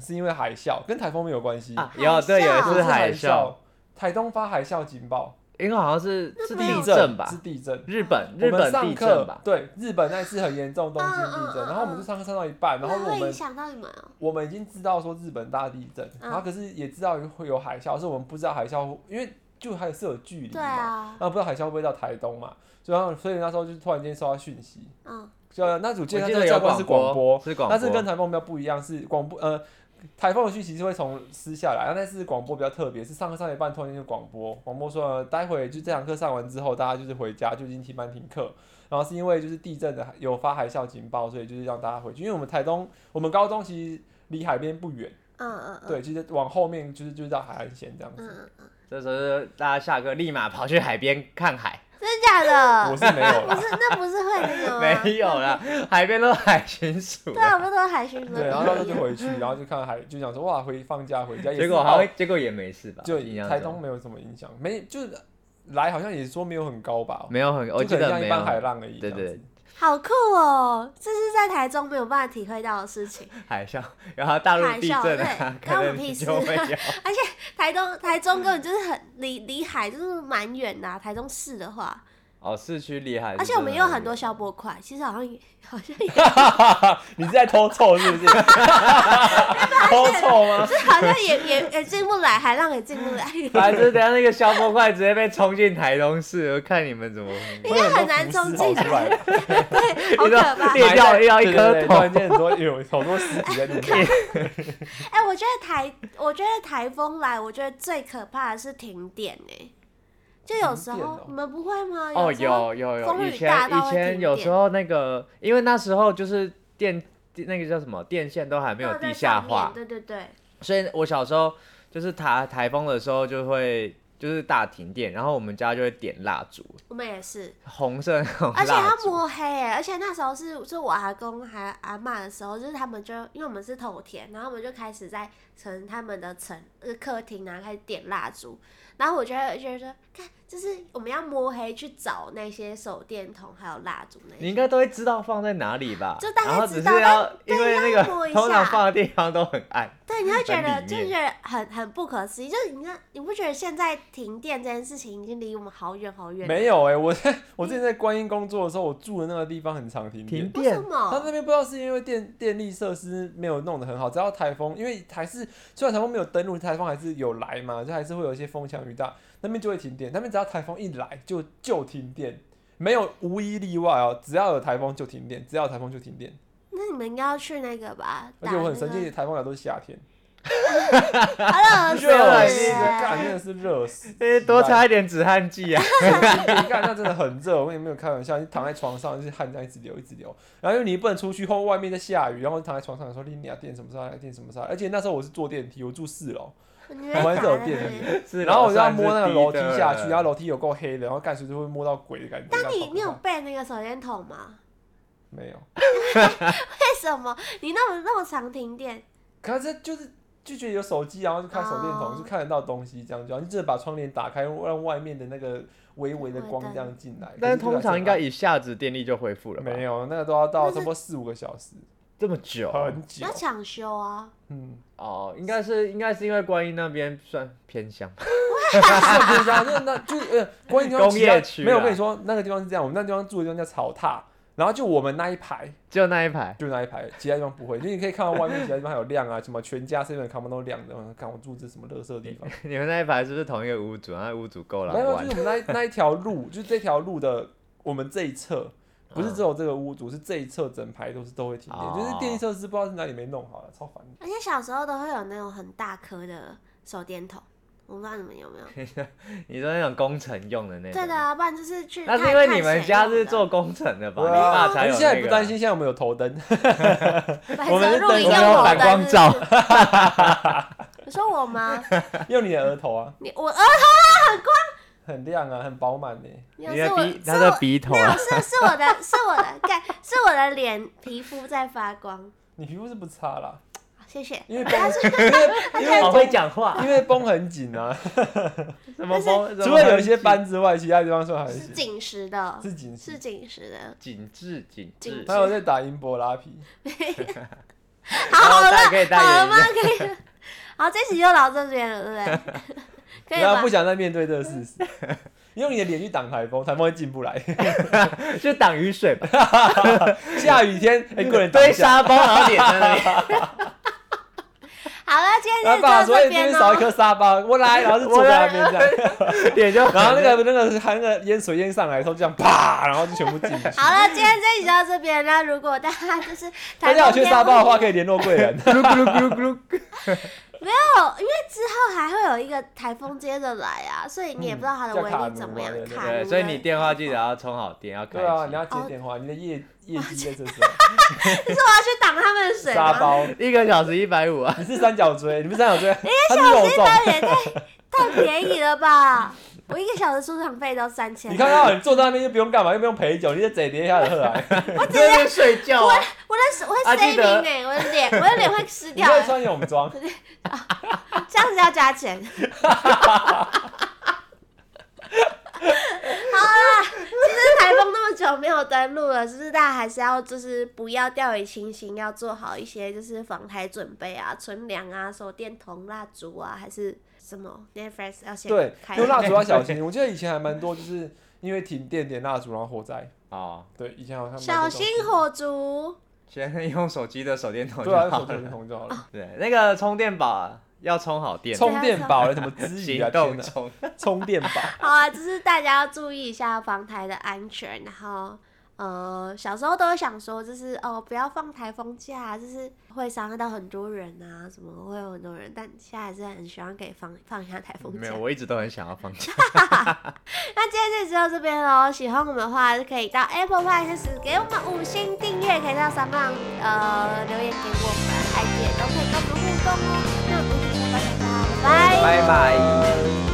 Speaker 1: 是因为海啸，跟台风没有关系，
Speaker 2: 啊！
Speaker 3: 海
Speaker 2: 有对有一
Speaker 3: 啸
Speaker 1: 不
Speaker 2: 次海啸
Speaker 1: 啸，，台东发海啸警报，
Speaker 2: 因为好像是是
Speaker 3: 没有
Speaker 2: 地震吧
Speaker 1: 是，地震。
Speaker 2: 日本
Speaker 1: 我
Speaker 2: 日
Speaker 1: 们
Speaker 2: 本
Speaker 1: 上
Speaker 2: 地
Speaker 1: 课
Speaker 2: 震吧，
Speaker 1: 对日本那次很严重东京地震，
Speaker 3: 嗯嗯嗯
Speaker 1: 然后我们就上课上到一半，然后
Speaker 3: 那
Speaker 1: 我
Speaker 3: 会
Speaker 1: 们
Speaker 3: 影响到你们哦、
Speaker 1: 我们已经知道说日本大地震，
Speaker 3: 嗯
Speaker 1: 然后可是也知道会有海啸，是我们不知道海啸，因为就还是有距离
Speaker 3: 对
Speaker 1: 嘛，
Speaker 3: 啊
Speaker 1: 然，后不知道海啸会不会到台东嘛，所以然后所以那时候就突然间收到讯息，
Speaker 3: 嗯，
Speaker 1: 就那组
Speaker 2: 我
Speaker 1: 建
Speaker 2: 记
Speaker 1: 那
Speaker 2: 得
Speaker 1: 个教
Speaker 2: 有
Speaker 1: 官是广播，
Speaker 2: 是广播，
Speaker 1: 但是跟台风比较不一样，是广播呃。台风的讯息是会从私下来，但是广播比较特别，是上课上一半突然间就广播，广播说、呃、待会就这堂课上完之后，大家就是回家就已经停班停课，然后是因为就是地震的有发海啸警报，所以就是让大家回去，因为我们台东我们高中其实离海边不远，
Speaker 3: 嗯嗯嗯，
Speaker 1: 对，就是往后面就是就是到海岸线这样
Speaker 3: 嗯
Speaker 1: 子。
Speaker 3: 嗯嗯，
Speaker 2: 这时候就大家下课立马跑去海边看海，
Speaker 3: 真假的？
Speaker 1: 我是没有
Speaker 3: 不
Speaker 1: 啦，
Speaker 3: 是，那不是会那个吗？
Speaker 2: [LAUGHS] 没有
Speaker 3: [LAUGHS]
Speaker 2: 啦，海边都是海巡署
Speaker 3: 嗯对。啊，不是都是海巡什么
Speaker 1: 对，然后那时候就回去，然后就看海，就想说哇，回放假回家，也是
Speaker 2: 结果还会，结果也没事吧？
Speaker 1: 就
Speaker 2: 印象
Speaker 1: 台
Speaker 2: 中
Speaker 1: 东没有什么影响，没就是来好像也说没有很高吧，
Speaker 2: 没有很，我
Speaker 1: 就
Speaker 2: 记
Speaker 1: 可能像
Speaker 2: 得没
Speaker 1: 一
Speaker 2: 有
Speaker 1: 般海
Speaker 2: 很
Speaker 1: 浪而已，
Speaker 2: 对对
Speaker 1: 这样子
Speaker 3: 好酷哦！这是在台中没有办法体会到的事情。 [LAUGHS]
Speaker 2: 海啸， [LAUGHS] 然后大陆
Speaker 3: 海
Speaker 2: 地
Speaker 3: 啸
Speaker 2: 震
Speaker 3: 对
Speaker 2: 啊，可
Speaker 3: 关我
Speaker 2: 能
Speaker 3: 屁
Speaker 2: 你
Speaker 3: 事
Speaker 2: 就会有。
Speaker 3: 台东台中根本就是很离离海就是蛮远的啊、台中市的话，
Speaker 2: 哦，市区厉害，
Speaker 3: 而且我们也有很多消波块，其实好像也 [LAUGHS] 好像也
Speaker 1: 你是在偷臭是不
Speaker 3: [LAUGHS]
Speaker 1: 是？偷臭吗？
Speaker 3: 就是好像也也也进不来，海浪也进不
Speaker 2: [LAUGHS]
Speaker 3: 来，
Speaker 2: 反正等下那个消波块直接被冲进台东市，我看你们怎么。
Speaker 3: 应该很难冲进
Speaker 1: 出来，
Speaker 3: 好可怕。
Speaker 2: 跌掉
Speaker 1: 埋在
Speaker 2: 掉一
Speaker 1: 对
Speaker 2: 颗
Speaker 1: 对对
Speaker 2: 头
Speaker 1: 突然间很多有好多尸体在
Speaker 3: [LAUGHS]
Speaker 1: 路上。
Speaker 3: 哎、我觉得台我觉得台风来，我觉得最可怕的是停电哎、就有时
Speaker 1: 停
Speaker 3: 候、
Speaker 1: 电哦
Speaker 3: 你们不会吗？
Speaker 2: 哦，
Speaker 3: 时
Speaker 2: 有
Speaker 3: 候
Speaker 2: 有有，
Speaker 3: 风雨
Speaker 2: 以前
Speaker 3: 大到
Speaker 2: 以
Speaker 3: 会
Speaker 2: 前
Speaker 3: 停
Speaker 2: 有
Speaker 3: 电
Speaker 2: 时候那个，因为那时候就是电那个叫什么电线都还没有
Speaker 3: 都在
Speaker 2: 地下
Speaker 3: 上面
Speaker 2: 化，
Speaker 3: 对对对，
Speaker 2: 所以我小时候就是台台风的时候就会就是大停电，然后我们家就会点蜡烛，
Speaker 3: 我们也是。
Speaker 2: 红色那
Speaker 1: 哦
Speaker 2: 种
Speaker 3: 而且
Speaker 2: 蜡
Speaker 3: 它
Speaker 2: 烛。
Speaker 3: 摸黑哎、而且那时候是是我阿公还阿嬷的时候，就是他们就因为我们是头天，然后我们就开始在层他们的层呃客厅啊开始点蜡烛，然后我就会觉得说，看就是我们要摸黑去找那些手电筒还有蜡烛那
Speaker 2: 你
Speaker 3: 些，
Speaker 2: 应该都会知道放在哪里吧？
Speaker 3: 就大概
Speaker 2: 然后只
Speaker 3: 知
Speaker 2: 是
Speaker 3: 道
Speaker 2: 要因
Speaker 3: 对
Speaker 2: 为那
Speaker 3: 要
Speaker 2: 个
Speaker 3: 摸一
Speaker 2: 通常
Speaker 3: 下
Speaker 2: 放的地方都很暗， [LAUGHS]
Speaker 3: 对，对，你会觉
Speaker 2: 很
Speaker 3: 得
Speaker 2: 里
Speaker 3: 就
Speaker 2: 面
Speaker 3: 觉得很很不可思议，就是你看，你不觉得现在停电这件事情已经离我们好远好远？
Speaker 1: 没有哎、我 [LAUGHS] 在我之前在观音工作的时候，我住的那个地方很常停电
Speaker 2: 停，
Speaker 3: 为什
Speaker 2: 电
Speaker 1: 他那
Speaker 3: 么？
Speaker 1: 边不知道是因为电电力设施没有弄得很好，只要台风，因为还是虽然台风没有登陆，台风还是有来嘛，就还是会有一些风强雨大，那边就会停电。那边只要台风一来就就停电，没有无一例外哦，只要有台风就停电，只要有台风就停电。
Speaker 3: 那你们应该要去那个吧？
Speaker 1: 而且我很
Speaker 3: 打那
Speaker 1: 生
Speaker 3: 个
Speaker 1: 气，台风来都是夏天，
Speaker 3: 好热死
Speaker 2: 热
Speaker 1: 死，
Speaker 2: 死
Speaker 1: 干真
Speaker 3: 欸
Speaker 1: 的是热
Speaker 2: [LAUGHS]
Speaker 1: 死。
Speaker 2: 哎，多擦一点止汗剂
Speaker 3: [LAUGHS]
Speaker 2: 啊！
Speaker 1: 你看，那真的很热，我跟你没有开玩笑。你躺在床上就是汗这样一直流，一直流。然后因为你不能出去，后外面在下雨，然后躺在床上说：“你俩电什么时候来？电什么时候来？”而且那时候我是坐电梯，我住四楼，
Speaker 3: 你们在
Speaker 1: 我还是有
Speaker 3: 打
Speaker 1: 电
Speaker 3: 那
Speaker 1: 力
Speaker 3: 边
Speaker 2: 是
Speaker 1: 然后我就要
Speaker 2: 算是
Speaker 1: 摸那个
Speaker 2: 低
Speaker 1: 楼梯
Speaker 2: 的
Speaker 1: 下去，然后楼梯有够黑的，然后干水就会摸到鬼的感觉。
Speaker 3: 那你
Speaker 1: 超可怕
Speaker 3: 你有备那个手电筒吗？ [LAUGHS]
Speaker 1: 没有？
Speaker 3: 为什么你那么那么常停电？
Speaker 1: 可是就是就觉得有手机，然后就看手电筒，
Speaker 3: 哦
Speaker 1: 就看得到东西，这样就好。你只能把窗帘打开，让外面的那个微微的光
Speaker 3: 微灯
Speaker 1: 这样进来。
Speaker 2: 但是
Speaker 1: 可就
Speaker 2: 通
Speaker 1: 还
Speaker 2: 常
Speaker 1: 很
Speaker 2: 应该
Speaker 1: 暗
Speaker 2: 一下子电力就恢复了吧？
Speaker 1: 啊没有，那个都要到
Speaker 3: 但是
Speaker 1: 差不多四五个小时，
Speaker 2: 这么久
Speaker 1: 很久
Speaker 3: 要。抢修啊！
Speaker 1: 嗯。
Speaker 2: 哦，应该是应该是因为观音那边算偏乡，
Speaker 1: 不知道，那那就呃，关于地方
Speaker 2: [LAUGHS] 工
Speaker 1: 其他
Speaker 2: 业区啊
Speaker 1: 没有。我跟你说，那个地方是这样，我们那地方住的地方叫草踏，然后就我们那一排，
Speaker 2: 就那一排。 [LAUGHS]
Speaker 1: 就那一排，其他地方不会，因为你可以看到外面其他地方还有亮啊，什么全家 seven 他们都亮的。我看我住这什么垃圾地方？
Speaker 2: 你们那一排是不是同一个屋主？那屋主够了
Speaker 1: 没有，就
Speaker 2: 玩
Speaker 1: 是，我们那一那一条路，就是这条路的我们这一侧。不是只有这个屋主，是这一侧整排都是都会停电，
Speaker 2: 嗯哦
Speaker 1: 就是电力设施不知道是哪里没弄好了，超烦的。
Speaker 3: 而且小时候都会有那种很大颗的手电筒，我不知道你们有没有？
Speaker 2: 你说那种工程用的那种。
Speaker 3: 对的、啊，不然就是去
Speaker 2: 那
Speaker 3: 看。
Speaker 2: 是因为你
Speaker 3: 看
Speaker 2: 们
Speaker 3: 谁
Speaker 2: 家
Speaker 3: 用
Speaker 2: 是
Speaker 3: 的
Speaker 2: 做工程的吧？
Speaker 1: 对
Speaker 2: 你
Speaker 1: 啊
Speaker 2: 爸才有
Speaker 1: 现在也不担心，现在我们有头灯， [LAUGHS]
Speaker 3: 白
Speaker 2: 我们
Speaker 3: 色
Speaker 2: 是
Speaker 3: 录
Speaker 2: 灯
Speaker 3: 影
Speaker 2: 没
Speaker 3: 用
Speaker 2: 有
Speaker 3: 我
Speaker 2: 反
Speaker 3: 灯
Speaker 2: 光
Speaker 3: 是不
Speaker 2: 照
Speaker 3: 是。 [LAUGHS] 你说我吗？
Speaker 1: 用你的额头啊，
Speaker 3: 你我呃，
Speaker 1: 很亮啊，很饱满呢。
Speaker 3: 你
Speaker 2: 你
Speaker 3: 是
Speaker 2: 的
Speaker 3: 我
Speaker 2: 鼻，
Speaker 3: 是
Speaker 2: 他的
Speaker 3: 我
Speaker 2: 鼻头
Speaker 3: 没有
Speaker 2: 啊，
Speaker 3: 是是我的是我的干是我的脸皮肤在发光，
Speaker 1: 你皮肤是不差啦，
Speaker 3: 好谢谢。
Speaker 1: 因为
Speaker 3: 但是
Speaker 1: 因为因为
Speaker 2: 好会讲话，
Speaker 1: 因为绷很紧
Speaker 2: [LAUGHS]
Speaker 1: 啊，
Speaker 2: 什么风，
Speaker 1: 除了有一些斑之外，其他地方算还
Speaker 3: 是
Speaker 1: 行，
Speaker 3: 紧实的，
Speaker 1: 是紧
Speaker 3: 是
Speaker 1: 实。
Speaker 3: 紧实的。
Speaker 2: 紧致紧
Speaker 3: 紧
Speaker 2: 致，
Speaker 1: 还有在打音波拉皮，
Speaker 3: 好了
Speaker 2: 大家可以
Speaker 3: 好
Speaker 2: 戴
Speaker 3: 了吗
Speaker 2: 眼？
Speaker 3: 可以。好，这集就到这边了，对不对？可以
Speaker 1: 然后不
Speaker 3: 吧？
Speaker 1: 想再面对这嗯个事实， [LAUGHS] 你用你的脸去挡台风，台风会进不来。 [LAUGHS]
Speaker 2: 镜，就挡雨水吧，
Speaker 1: 下雨 [LAUGHS] 天，哎，个人挡
Speaker 2: 堆
Speaker 1: 一下。
Speaker 2: 沙包，然后脸在那里，
Speaker 3: 好了，今天
Speaker 1: 然后
Speaker 3: 就
Speaker 1: 爸
Speaker 3: 到
Speaker 1: 说：“哎，
Speaker 3: 这
Speaker 1: 这边
Speaker 3: 边
Speaker 1: 少一
Speaker 3: 哦。
Speaker 1: 颗沙包，我来。”然后就坐在那边 [LAUGHS] 这样，
Speaker 2: 脸就
Speaker 1: 然后那个那个含那个淹水淹上来的时候，这样啪，然后就全部 [LAUGHS] 进去。
Speaker 3: 好了，今天这集就到这边。那如果大家就是
Speaker 1: 大家有缺沙包的话，
Speaker 3: 以。
Speaker 1: 可以联络贵 [LAUGHS] 人。
Speaker 2: 咕噜咕噜咕噜咕噜，
Speaker 3: [LAUGHS] 哦，因为之后还会有一个台风接着来啊，所以你也不知道它的
Speaker 1: 嗯叫
Speaker 3: 威
Speaker 1: 卡
Speaker 3: 力
Speaker 1: 努
Speaker 3: 怎么
Speaker 1: 嘛
Speaker 3: 样
Speaker 1: 对。对
Speaker 3: 卡
Speaker 2: 对，
Speaker 3: 努
Speaker 2: 所以
Speaker 3: 的
Speaker 2: 你电话记得要充好电，要开
Speaker 1: 对啊，你
Speaker 2: 机。
Speaker 1: 要接电话，你的业业绩在这 [LAUGHS] 时
Speaker 3: 是我要去挡他们的水
Speaker 1: 沙
Speaker 3: 吗？
Speaker 1: 包，
Speaker 2: 一个小时一百五啊，
Speaker 1: 你是三角 [LAUGHS] 锥，你不是三角锥，它是肉粽。
Speaker 3: 那也太太便宜了吧！我一个小时出场费都三千
Speaker 1: 你，看到你坐在那边就不用干嘛，又不用陪酒，你就贼跌下来喝 [LAUGHS] 来，
Speaker 2: 我直接睡觉啊，
Speaker 3: 我的我会
Speaker 2: 啊记
Speaker 3: saving
Speaker 2: 得
Speaker 3: 哎、我的脸我的脸会湿
Speaker 1: 你
Speaker 3: 掉、
Speaker 1: 会
Speaker 3: 欸，
Speaker 1: 穿泳装。
Speaker 3: 这样子要加钱。好啦，其实台风那么久没有登陆了，是不是大家还是要就是不要掉以轻心，要做好一些就是防台准备啊，存粮啊，手电筒、蜡烛啊，还是什么 Netflix 要先
Speaker 1: 对，
Speaker 3: 开
Speaker 1: 用蜡烛要小
Speaker 2: [LAUGHS]
Speaker 1: 心。我记得以前还蛮多，就是因为停电点蜡烛，然后火灾。
Speaker 2: 哦，
Speaker 1: 对，以前好像蛮多
Speaker 3: 小
Speaker 1: 这种
Speaker 3: 心
Speaker 1: 事
Speaker 3: 火烛。
Speaker 2: 先用手机的手电筒就
Speaker 1: 对啊，用
Speaker 2: 好
Speaker 1: 手电
Speaker 2: 了。
Speaker 1: 筒就好了。
Speaker 2: 对，那个充电宝啊要充好电，
Speaker 1: 充电宝了，什么
Speaker 2: [LAUGHS]
Speaker 1: 之语啊？
Speaker 2: 行
Speaker 1: 天
Speaker 2: 动
Speaker 1: 哪，
Speaker 3: [LAUGHS]
Speaker 2: 充。
Speaker 1: 充电宝。
Speaker 3: 好啊，就是大家要注意一下防台的安全，然后呃，小时候都会想说，就是哦，不要放台风假，就是会伤害到很多人啊，什么会有很多人，但现在还是很希望可以放放一下台风
Speaker 2: 没
Speaker 3: 假
Speaker 2: 有，。我一直都很想要放假。
Speaker 3: [LAUGHS] 那今天就集到这边喽，喜欢我们的话就可以到 Apple Podcast 给我们五星订阅，可以到三浪呃留言给我们，还也都可以跟我们互动哦。那我们就下班了，拜拜。
Speaker 2: 拜拜。